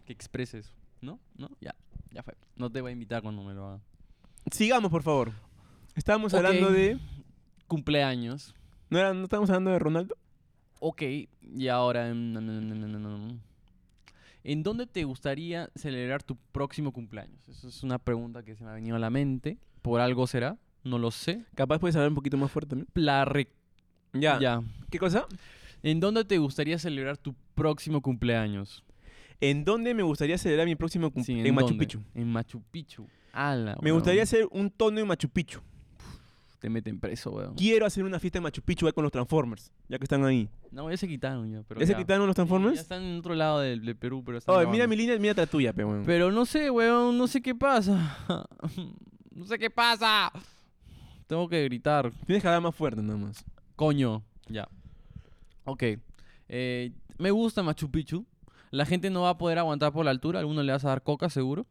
Que exprese eso. ¿No? ¿No? Ya. Ya fue. No te voy a invitar cuando me lo haga. Sigamos, por favor. Estábamos Ok. hablando de Cumpleaños. no era, no estábamos hablando de Ronaldo. Ok, y ahora. mm, no, no, no, no, no, no, no. ¿En dónde te gustaría celebrar tu próximo cumpleaños? Esa es una pregunta que se me ha venido a la mente. ¿Por algo será? No lo sé. Capaz puedes hablar un poquito más fuerte también. La re- Ya. ya. ¿Qué cosa? ¿En dónde te gustaría celebrar tu próximo cumpleaños? ¿En dónde me gustaría celebrar mi próximo cumpleaños? Sí, en, Machu dónde? Picchu. En Machu Picchu. Ala, Me weón. gustaría hacer un tono en Machu Picchu. Te meten preso, weón. Quiero hacer una fiesta en Machu Picchu ahí con los Transformers, ya que están ahí. No, ya se quitaron ya. Pero ¿Ya se ya. quitaron los Ya Transformers? están en otro lado del, del Perú, pero están. Oye, mira mi grabando. línea, mira la tuya, pe, weón. Pero no sé, weón, no sé qué pasa. no sé qué pasa. Tengo que gritar. Tienes que hablar más fuerte nada más. Coño. Ya. Ok. Eh, me gusta Machu Picchu. La gente no va a poder aguantar por la altura. Alguno le vas a dar coca, seguro.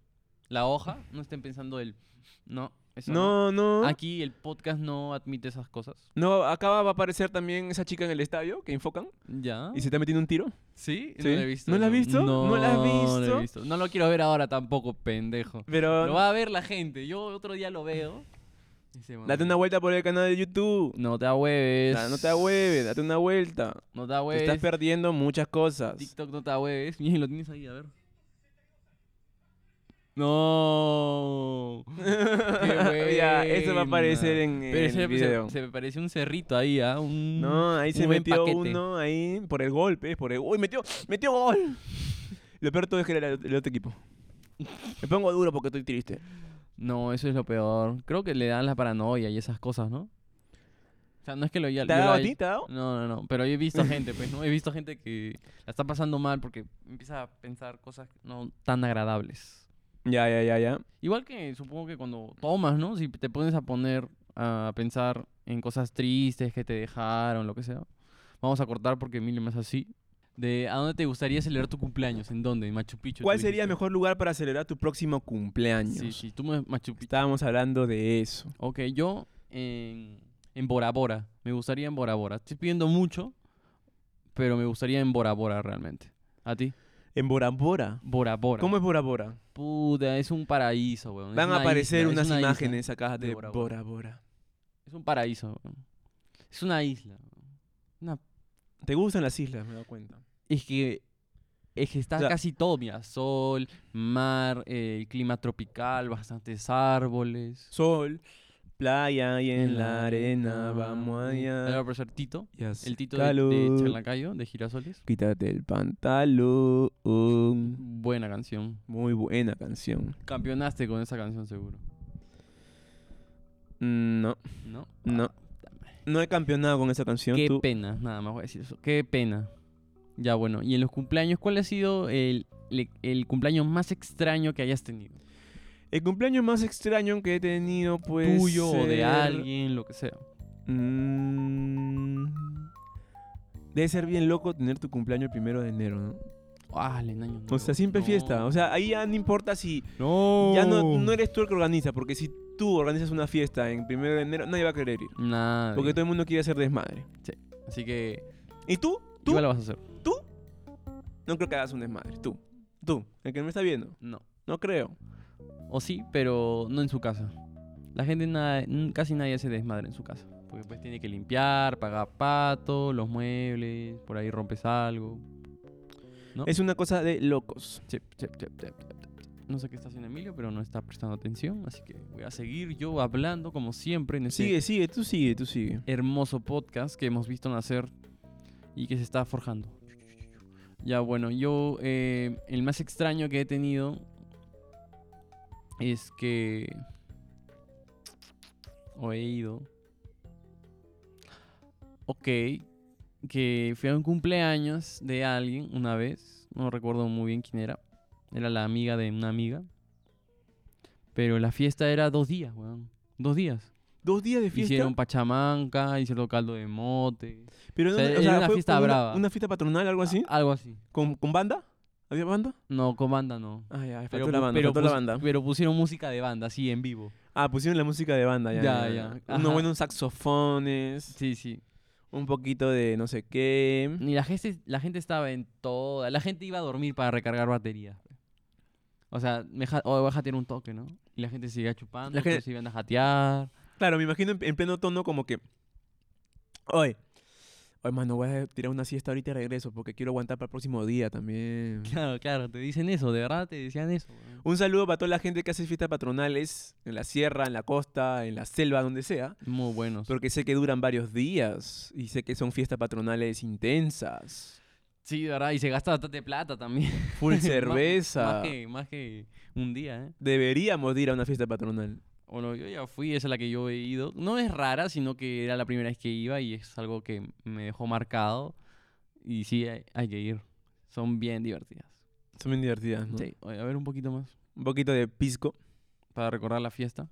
La hoja. No estén pensando el... No, eso no. No, no. Aquí el podcast no admite esas cosas. No, acaba va a aparecer también esa chica en el estadio que enfocan Ya. y se está metiendo un tiro. ¿Sí? Sí. No la he visto. ¿No la has eso. visto? ¿No la has No, la visto? he visto. No lo quiero ver ahora tampoco, pendejo. Pero Lo va a ver la gente. Yo otro día lo veo. Dice, date una vuelta por el canal de YouTube. No te ahueves. Nah, no te ahueves, date una vuelta. No te Te ahueves. estás perdiendo muchas cosas. TikTok no te ahueves. Mira, lo tienes ahí, a ver. No. Qué ya, eso va a buena. aparecer en Pero el ese- se- video. Se, me parece un cerrito ahí, ¿ah? Un... No, ahí se un buen metió paquete. uno ahí por el golpe, por el uy, metió, metió gol. Lo peor de todo es que era el el otro equipo. Me pongo duro porque estoy triste. No, eso es lo peor. Creo que le dan la paranoia y esas cosas, ¿no? O sea, no es que lo ya. ¿Te ha yo dado la- a ti? ¿Te ha dado? No, no, no. Pero yo he visto gente, pues, ¿no? He visto gente que la está pasando mal porque empieza a pensar cosas no tan agradables. Ya, ya, ya, ya. Igual que supongo que cuando tomas, ¿no? Si te pones a poner a pensar en cosas tristes que te dejaron, lo que sea. Vamos a cortar porque Emilio más así. De a dónde te gustaría celebrar tu cumpleaños, en dónde, en Machu Picchu. tú ¿Cuál sería el dijiste. mejor lugar para celebrar tu próximo cumpleaños? Sí, sí, tú me- Machu Picchu. Estábamos hablando de eso. Ok, yo en, en Bora Bora. Me gustaría en Bora Bora. Estoy pidiendo mucho, pero me gustaría en Bora Bora realmente. ¿A ti? En Bora Bora. Bora Bora. ¿Cómo es Bora Bora? Puta, es un paraíso, weón. Es Van a una aparecer isla, es unas una isla. imágenes acá de, de Bora Bora. Bora Bora. Es un paraíso, weón. Es una isla. weón. Una... Te gustan las islas, me he dado cuenta. Es que... Es que está O sea- casi todo, mira, sol, mar, eh, clima tropical, bastantes árboles. Sol, playa y en la arena, vamos Ahí va a allá. aparecer Tito. Y hace El Tito de, calor. de Chalacayo, de Girasoles. Quítate el pantalón. Buena canción. Muy buena canción. Campeonaste con esa canción seguro. Mm, No, ¿No? no. No he campeonado con esa canción. Qué tú. pena, nada más voy a decir eso. Qué pena. Ya bueno, y en los cumpleaños, ¿cuál ha sido el, le- el cumpleaños más extraño que hayas tenido? El cumpleaños más extraño que he tenido, pues. Tuyo o de ser- alguien, lo que sea. Mm, Debe ser bien loco tener tu cumpleaños el primero de enero, ¿no? Ah, en año O sea, nuevo. siempre No. fiesta. O sea, ahí ya no importa si. no. Ya no, no eres tú el que organiza, porque si tú organizas una fiesta en primero de enero, nadie va a querer ir. Nada. Porque todo el mundo quiere hacer desmadre. Así que ¿Y tú? tú ¿Tú? la vas a hacer. No creo que hagas un desmadre. Tú. Tú. El que me está viendo. No. No creo. O sí, pero no en su casa. La gente nada- n- casi nadie se desmadre en su casa. Porque pues tiene que limpiar, pagar pato, los muebles, por ahí rompes algo. ¿No? Es una cosa de locos. Chep, chep, chep, chep, chep, chep. No sé qué está haciendo Emilio, pero no está prestando atención, así que voy a seguir yo hablando como siempre en este Sigue, sigue. Tú sigue, tú sigue. hermoso podcast que hemos visto nacer y que se está forjando. Ya bueno, yo eh, el más extraño que he tenido es que o he ido. Ok, que fui a un cumpleaños de alguien una vez, no recuerdo muy bien quién era. Era la amiga de una amiga. Pero la fiesta era dos días, weón. Dos días. Dos días de fiesta. Hicieron pachamanca, hicieron caldo de mote. Pero o no, sea, o era sea, una fue fiesta como una- brava. Ah. Una, fiesta patronal, algo así. A- Algo así. ¿Con, con banda? ¿Había banda? No, con banda no. Ah, ya, Pero, faltó la pu- banda. pero faltó la pus- banda. pero pusieron música de banda, así, en vivo. Ah, pusieron la música de banda, ya. Ya, Ya, ya, ya. ajá. Unos buenos saxofones, Sí, sí. un poquito de no sé qué. Y la gente, la gente estaba en toda... La gente iba a dormir para recargar baterías. O sea, me ja- o vas a tener un toque, ¿no? Y la gente seguía chupando, La gente- otros se iban a jatear. Claro, me imagino en, en pleno tono como que... Oye, oye, mano, voy a tirar una siesta ahorita y regreso porque quiero aguantar para el próximo día también. Claro, claro, te dicen eso, de verdad te decían eso. weón. Un saludo para toda la gente que hace fiestas patronales en la sierra, en la costa, en la selva, donde sea. Muy buenos. Porque sé que duran varios días y sé que son fiestas patronales intensas. Sí, de verdad, y se gasta bastante plata también. Full Más- cerveza. Más, que, más que un día, ¿eh? Deberíamos de ir a una fiesta patronal. Bueno, yo ya fui, esa es la que yo he ido. No es rara, sino que era la primera vez que iba y es algo que me dejó marcado. Y sí, hay, hay que ir. Son bien divertidas. Son bien divertidas, ¿no? Sí, oye, a ver un poquito más Un poquito de pisco. para recordar la fiesta.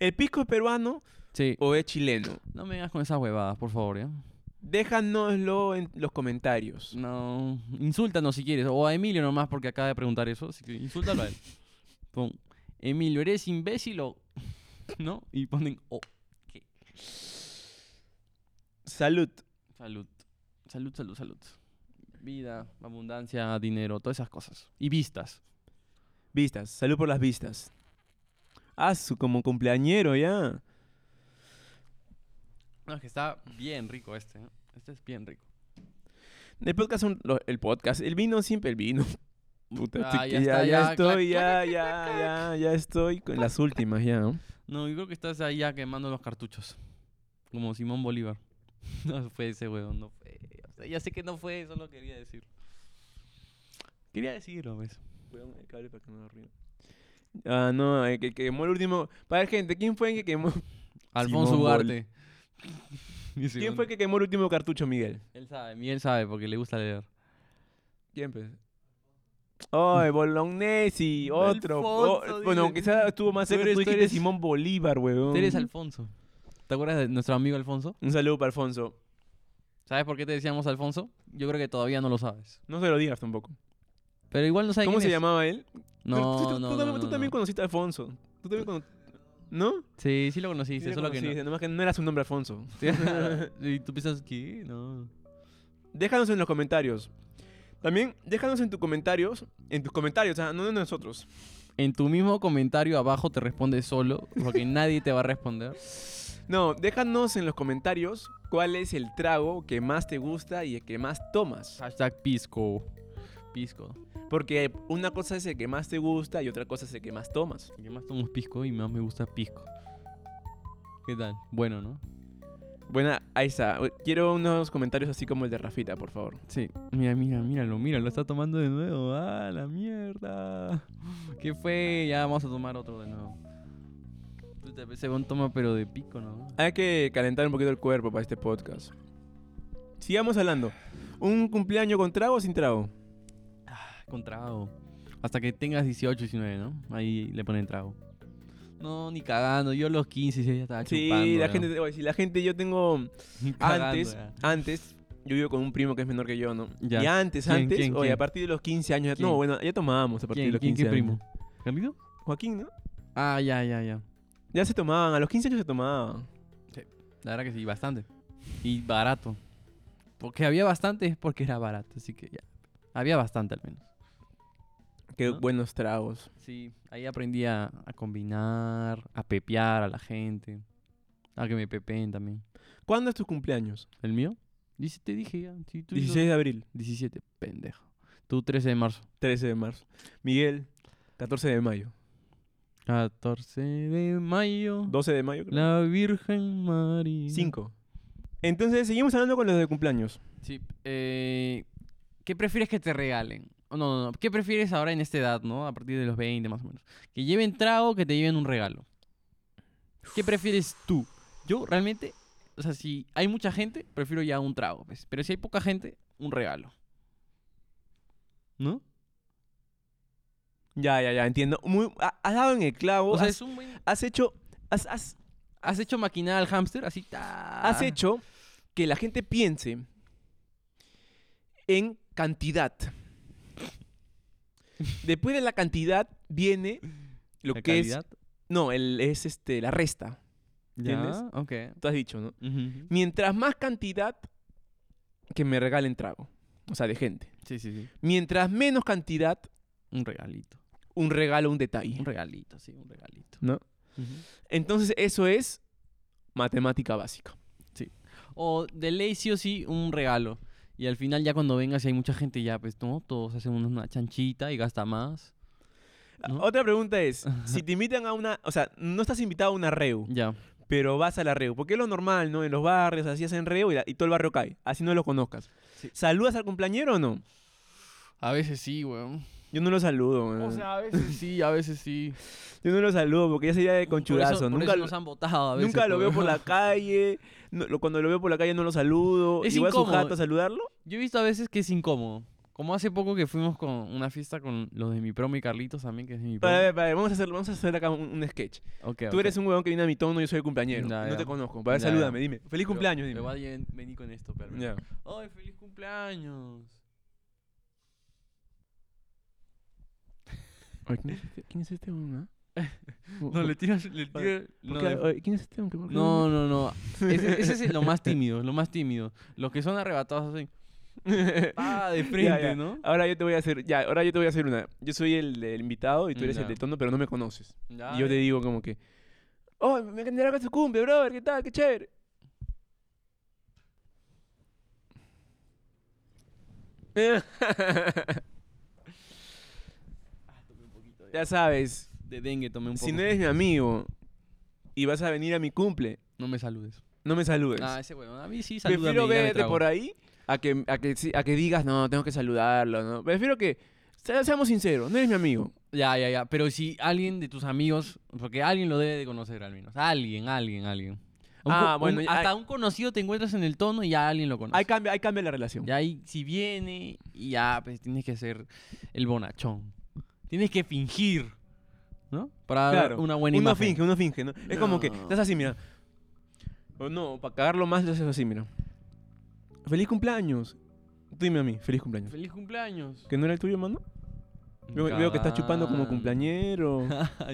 ¿El pisco es peruano Sí, o es chileno? no me hagas con esas huevadas, por favor, ¿ya? Déjanoslo en los comentarios. No, insúltanos si quieres. O a Emilio nomás porque acaba de preguntar eso, así que insúltalo a él. Pon, Emilio, ¿eres imbécil o...? ¿No? Y ponen, oh, Salud. salud. Salud, salud, salud. Vida, abundancia, dinero, todas esas cosas. Y vistas. Vistas. Salud por las vistas. Ah, su como cumpleañero ya. No, es que está bien rico este. ¿eh? Este es bien rico. El podcast, son lo- el podcast. El vino siempre el vino. Puta, Ah, así ya que ya, está, ya ya, estoy, ya, clac, ya, ya, ya estoy con las últimas ya. ¿no? No, yo creo que estás ahí ya quemando los cartuchos. Como Simón Bolívar. No fue ese huevón, no fue. O sea, ya sé que no fue, solo quería decirlo. Quería decirlo, pues. Ah, no, el que quemó el último. Para ver, gente, ¿quién fue el que quemó? Alfonso Simón Bol- Ugarte. Ese ¿Quién huevón. fue el que quemó el último cartucho, Miguel? Él sabe, Miguel sabe porque le gusta leer. ¿Quién pues? ¡Ay, Oh, Bolognesi! Otro. Alfonso, Oh, bueno, dice. quizás estuvo más Tú cerca. eres- Tú tú dijiste eres- Simón Bolívar, Tú weón. eres Alfonso. ¿Te acuerdas de nuestro amigo Alfonso? Un saludo para Alfonso. ¿Sabes por qué te decíamos Alfonso? Yo creo que todavía no lo sabes. No se lo digas tampoco. Pero igual no sabes ¿Cómo quién se es. llamaba él? Tú- No, tú, no, tú- no, tú también- no, tú también no. conociste a Alfonso. Tú también cono- ¿No? Sí, sí lo conociste, Sí, solo que no. conociste, nomás que no era su nombre Alfonso. y tú piensas que no. Déjanos en los comentarios. También déjanos en tus comentarios, en tus comentarios, ah, no de nosotros. En tu mismo comentario abajo te responde solo, porque nadie te va a responder. No, déjanos en los comentarios cuál es el trago que más te gusta y el que más tomas. Hashtag pisco. Pisco. Porque una cosa es el que más te gusta y otra cosa es el que más tomas. Yo más tomo pisco y más me gusta pisco. ¿Qué tal? Bueno, ¿no? Buena, ahí está. Quiero unos comentarios así como el de Rafita, por favor. Sí. Mira, mira, míralo, mira, lo está tomando de nuevo. ¡Ah, la mierda! ¿Qué fue? Ya vamos a tomar otro de nuevo. Puta, ese buen toma, pero de pico, ¿no? Hay que calentar un poquito el cuerpo para este podcast. Sigamos hablando. ¿Un cumpleaños con trago o sin trago? Con trago. Hasta que tengas 18, 19, ¿no? Ahí le ponen trago. No, ni cagando. Yo a los 15 ya estaba Sí, chupando. la ¿no? gente, oye, si la gente, yo tengo Ni cagando, antes, ya. antes, yo vivo con un primo que es menor que yo, ¿no? Ya. Y antes, ¿Quién, antes, quién, oye, quién? a partir de los 15 años, ¿Quién? no, bueno, ya tomábamos a partir ¿Quién, de los quién, 15 qué primo? años. ¿Camilo? Joaquín, ¿no? Ah, ya, ya, ya. Ya se tomaban, a los 15 años se tomaban. La verdad que sí, bastante. Y barato. Porque había bastante es porque era barato, así que ya. Había bastante al menos. Qué ¿No? buenos tragos. Sí, ahí aprendí a, a combinar, a pepear a la gente. A que me pepeen también. ¿Cuándo es tu cumpleaños? ¿El mío? Dice, te dije ya. sí, tú y yo- 16 de abril, 17, pendejo. Tú 13 de marzo. 13 de marzo. Miguel, 14 de mayo. 14 de mayo. 12 de mayo, creo. La Virgen María. 5. Entonces, seguimos hablando con los de cumpleaños. Sí. eh, ¿Qué prefieres que te regalen? O No, no, no. ¿Qué prefieres ahora en esta edad, no? A partir de los 20 más o menos. Que lleven trago o que te lleven un regalo. ¿Qué prefieres tú? Yo realmente, o sea, si hay mucha gente, prefiero ya un trago, pues. Pero si hay poca gente, un regalo. ¿No? Ya, ya, ya, entiendo. Muy, ha- has dado en el clavo. O sea, Oh, has, es un buen... has hecho. Has, has- ¿Has hecho maquinar al hámster? Así... ta- has hecho que la gente piense en cantidad. Después de la cantidad viene lo ¿La que calidad? es. No, el, es este, la resta. ¿Entiendes? Ya, ok. Tú has dicho, ¿no? Ujú. Mientras más cantidad que me regalen trago. O sea, de gente. Sí, sí, sí. Mientras menos cantidad, Un regalito. un regalo, un detalle. Un regalito, sí, un regalito. ¿No? Ujú. Entonces, eso es matemática básica. O de ley sí o sí un regalo. Y al final ya cuando vengas y hay mucha gente ya, pues no, todos hacen una chanchita y gasta más. ¿No? Otra pregunta es, si te invitan a una, o sea, no estás invitado a una reu, Ya. pero vas a la reu, porque es lo normal, ¿no? En los barrios, así hacen reu y, la- y todo el barrio cae, así no lo conozcas. Sí. ¿Saludas al cumpleañero o no? A veces sí, weón. Yo no lo saludo, weón. a veces sí, a veces sí. yo no lo saludo porque ya sería de Por eso, conchurazo. por Nunca, eso lo- nos han votado a veces. nunca lo veo weón. por la calle, no- lo- cuando lo veo por la calle no lo saludo. Es ¿Y voy a su incómodo. jato a saludarlo? Yo he visto a veces que es incómodo. Como hace poco que fuimos con una fiesta con los de mi promo y Carlitos también, que es de mi promo. Para, para, vamos, a hacer, vamos a hacer acá un, un sketch. Ok, Eh, Tú ok. eres un huevón que viene a mi tono, yo soy el cumpleañero. Ya, no ya. te conozco. Para, Ya, salúdame, ya. dime. Feliz cumpleaños, Me dime. voy a llen- venir con esto, pero. Ya. ¡Ay, feliz cumpleaños! Oye, ¿quién, es este, ¿Quién es este huevón, ah? No, le tiras. Le Oye, tiras ¿Por no, qué- le- oye, ¿Quién es este huevón? que- por qué No, no, no. Ese, ese es lo más tímido, lo más tímido. Los que son arrebatados así. Ah, de frente, ya. ¿no? Ahora yo te voy a hacer, ya, ahora yo te voy a hacer una. Yo soy el, del invitado y tú eres Ya. el de tono, pero no me conoces. Ya, y yo te eh. digo como que, oh, me encantaría que se cumple, brother, qué tal, qué chévere. ya sabes, De dengue tomé un poco. si no eres mi amigo y vas a venir a mi cumple, No me saludes. no me saludes. Ah, ese huevón. A mí sí, salúdame. Prefiero y dame verte trago. por ahí a que, a, que, sí- a que digas, no, tengo que saludarlo, ¿no? Prefiero que, se- seamos sinceros, no eres mi amigo. Ya, ya, ya. Pero si alguien de tus amigos, porque alguien lo debe de conocer al menos. Alguien, alguien, alguien. Un Ah, co- bueno, un- ya- hasta un conocido te encuentras en el tono y ya alguien lo conoce. Ahí cambia, ahí cambia la relación. Y ahí, si viene, y ya, pues tienes que ser el bonachón. Tienes que fingir, ¿no? Para dar Claro. una buena uno imagen. finge, uno finge, ¿no? Es como que No. estás así, mira. O no, para cagarlo más, lo haces así, mira. Feliz cumpleaños. Tú dime a mí, feliz cumpleaños. ¡Feliz cumpleaños! ¿Que no era el tuyo, mano? Veo, veo que estás chupando como cumpleañero.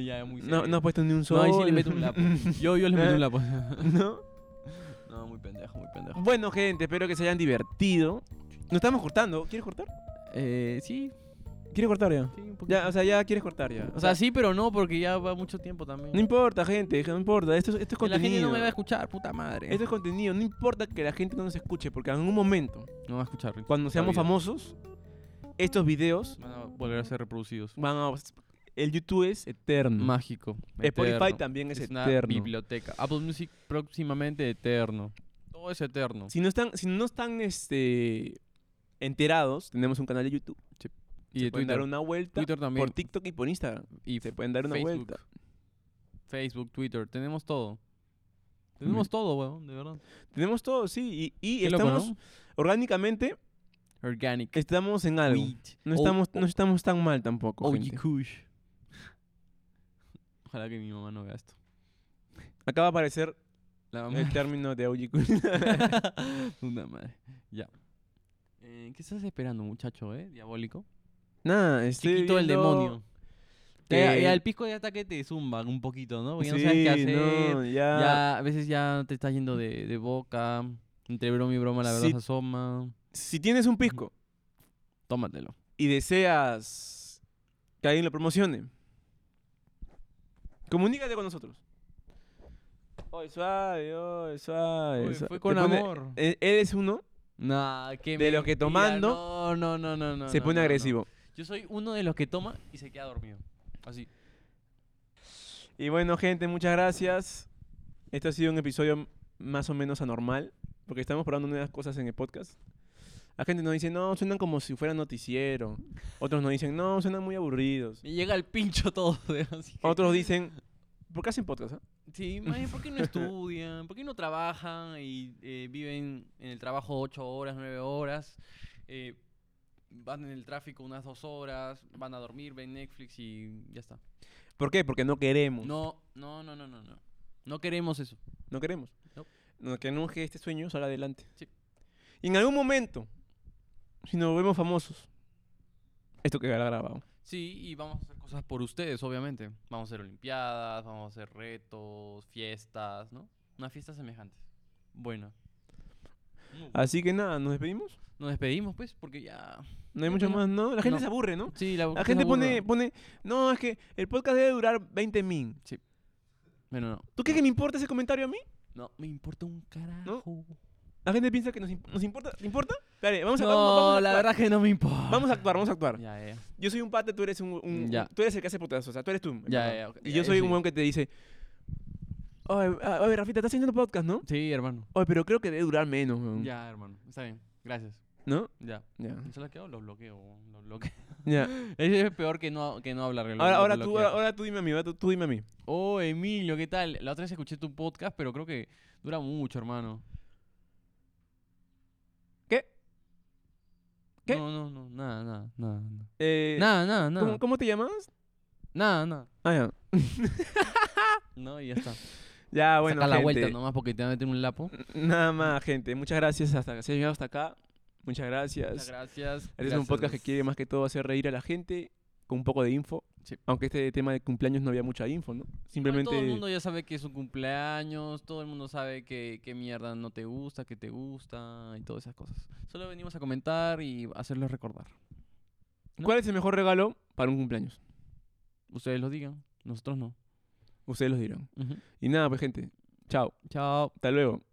ya, muy No, no has puesto ni un sol. No, ahí sí le meto un lapo. Yo, yo le meto un lapo. ¿No? no, muy pendejo, muy pendejo. Bueno, gente, espero que se hayan divertido. Nos estamos cortando. ¿Quieres cortar? Eh, sí, ¿Quieres cortar ya? sí, un poquito. Ya, o sea, ya quieres cortar ya. o sea, sí, pero no, porque ya va mucho tiempo también. No importa, gente, no importa. Esto, es- esto es Que la contenido. gente no me va a escuchar, puta madre. Esto es contenido. No importa que la gente no nos escuche, porque en algún momento No va a escuchar. Richard. cuando seamos Olvida. famosos, estos videos Van a volver a ser reproducidos. van a el YouTube es eterno. Mágico. Mm. Spotify eterno. también es, una eterno. biblioteca. Apple Music próximamente eterno. Todo es eterno. Si no están, si no están este, enterados, tenemos un canal de YouTube. y se de pueden Twitter. dar una vuelta Twitter también. por TikTok y por Instagram. y Se pueden dar una Facebook. vuelta. Facebook, Twitter. Tenemos todo. Tenemos Mm. todo, weón, de verdad. Tenemos todo, sí. Y, y Qué loco, estamos, orgánicamente, ¿no? Organic. estamos en algo. Wheat. No O- estamos, o- no estamos tan mal tampoco. OG gente. Kush. Ojalá que mi mamá no vea esto. Acaba de aparecer La mamá. el término de OG Kush. Una madre. Ya. Eh, ¿Qué estás esperando, muchacho, eh? Diabólico. Nada, estoy Chiquito el viendo demonio. Eh, Ya, que- ya el pisco ya está que te zumba un poquito, ¿no? Porque ya no sabes qué Sí, hacer. no, ya. Ya, a veces ya te está yendo de, de boca. Entre broma y broma, la verdad Sí. se asoma. Si tienes un pisco Tómatelo. y deseas que alguien lo promocione, comunícate con nosotros. Oye, suave, oye, suave. Uy, suave. fue Te con pone- amor. e- Eres uno, Nah, qué de los que mentira, tomando No, no, no, no. no, se no, pone no, no. agresivo. Yo soy uno de los que toma y se queda dormido. Así. Y bueno, gente, muchas gracias. Este ha sido un episodio m- más o menos anormal, porque estamos probando nuevas cosas en el podcast. La gente nos dice, no, suenan como si fuera noticiero. Otros nos dicen, no, suenan muy aburridos. Me llega el pincho todo. de- Así que- Otros dicen, ¿por qué hacen podcast? ah?" Sí, más bien, ¿por qué no estudian? ¿Por qué no trabajan y eh, viven en el trabajo ocho horas, nueve horas? Eh, van en el tráfico unas dos horas, van a dormir, ven Netflix y ya está. ¿Por qué? Porque no queremos. No, no, no, no, no, no. No queremos eso. No queremos. No. No queremos que este sueño salga adelante. Sí. Y en algún momento, si nos volvemos famosos, esto quedará grabado. Sí, y vamos a hacer cosas por ustedes, obviamente. Vamos a hacer olimpiadas, vamos a hacer retos, fiestas, ¿no? Unas fiestas semejantes. Bueno. Muy bueno. Así que nada, nos despedimos. Nos despedimos, pues, porque ya... No hay Ya, mucho pues, ya. más, ¿no? La gente No. se aburre, ¿no? Sí, la, La gente pone, pone, no, es que el podcast debe durar 20 min. Bueno, no. ¿Tú crees que me importa ese comentario a mí? No, me importa un carajo. No, La gente piensa que nos, imp- nos importa. ¿Te importa? Dale, vamos a, vamos, vamos a la actuar. verdad que no me importa. Vamos a actuar, vamos a actuar. Ya, ya. Yo soy un pata, tú eres un, un- Ya. tú eres el que hace podcast, o sea, tú eres tú. en Ya, verdad. ya, ok, Y ya, yo soy sí. un weón que te dice, oye, a- oye, Rafita, estás haciendo podcast, ¿no? Sí, hermano. Oye, pero creo que debe durar menos, weón. Ya, hermano. Está bien. Gracias. ¿No? Ya. Ya. ¿Se las quedo? Los bloqueo. weón, Los bloqueo. Ya. Ese es peor que no, que no hablar. lo- Ahora, lo ahora, tú, bloqueo. ahora, ahora tú dime a mí, ahora tú, tú dime a mí. Oh, Emilio, ¿qué tal? La otra vez escuché tu podcast, pero creo que dura mucho, hermano. ¿Qué? ¿Qué? No, no, no. Nada, nada, nada. nada. Eh, Nada, nada, nada. ¿cómo, cómo te llamas? Nada, nada. Ah, ya. No, y ya está. Ya, bueno, Saca la vuelta gente. nomás porque te va a meter un lapo. Nada más, gente. Muchas gracias. Hasta, si has llegado hasta acá, muchas Muchas gracias. gracias. Este es un podcast que Gracias. quiere más que todo hacer reír a la gente con un poco de info. Sí. Aunque este tema de cumpleaños no había mucha info, ¿no? No, y Simplemente. Todo el mundo ya sabe que es un cumpleaños, todo el mundo sabe que, que mierda no te gusta, que te gusta y todas esas cosas. Solo venimos a comentar y hacerles recordar. ¿no? ¿Cuál es el mejor regalo para un cumpleaños? Ustedes lo digan, nosotros no. Ustedes los dirán. Ujú. Y nada, pues, gente. Chao. Chao. Hasta luego.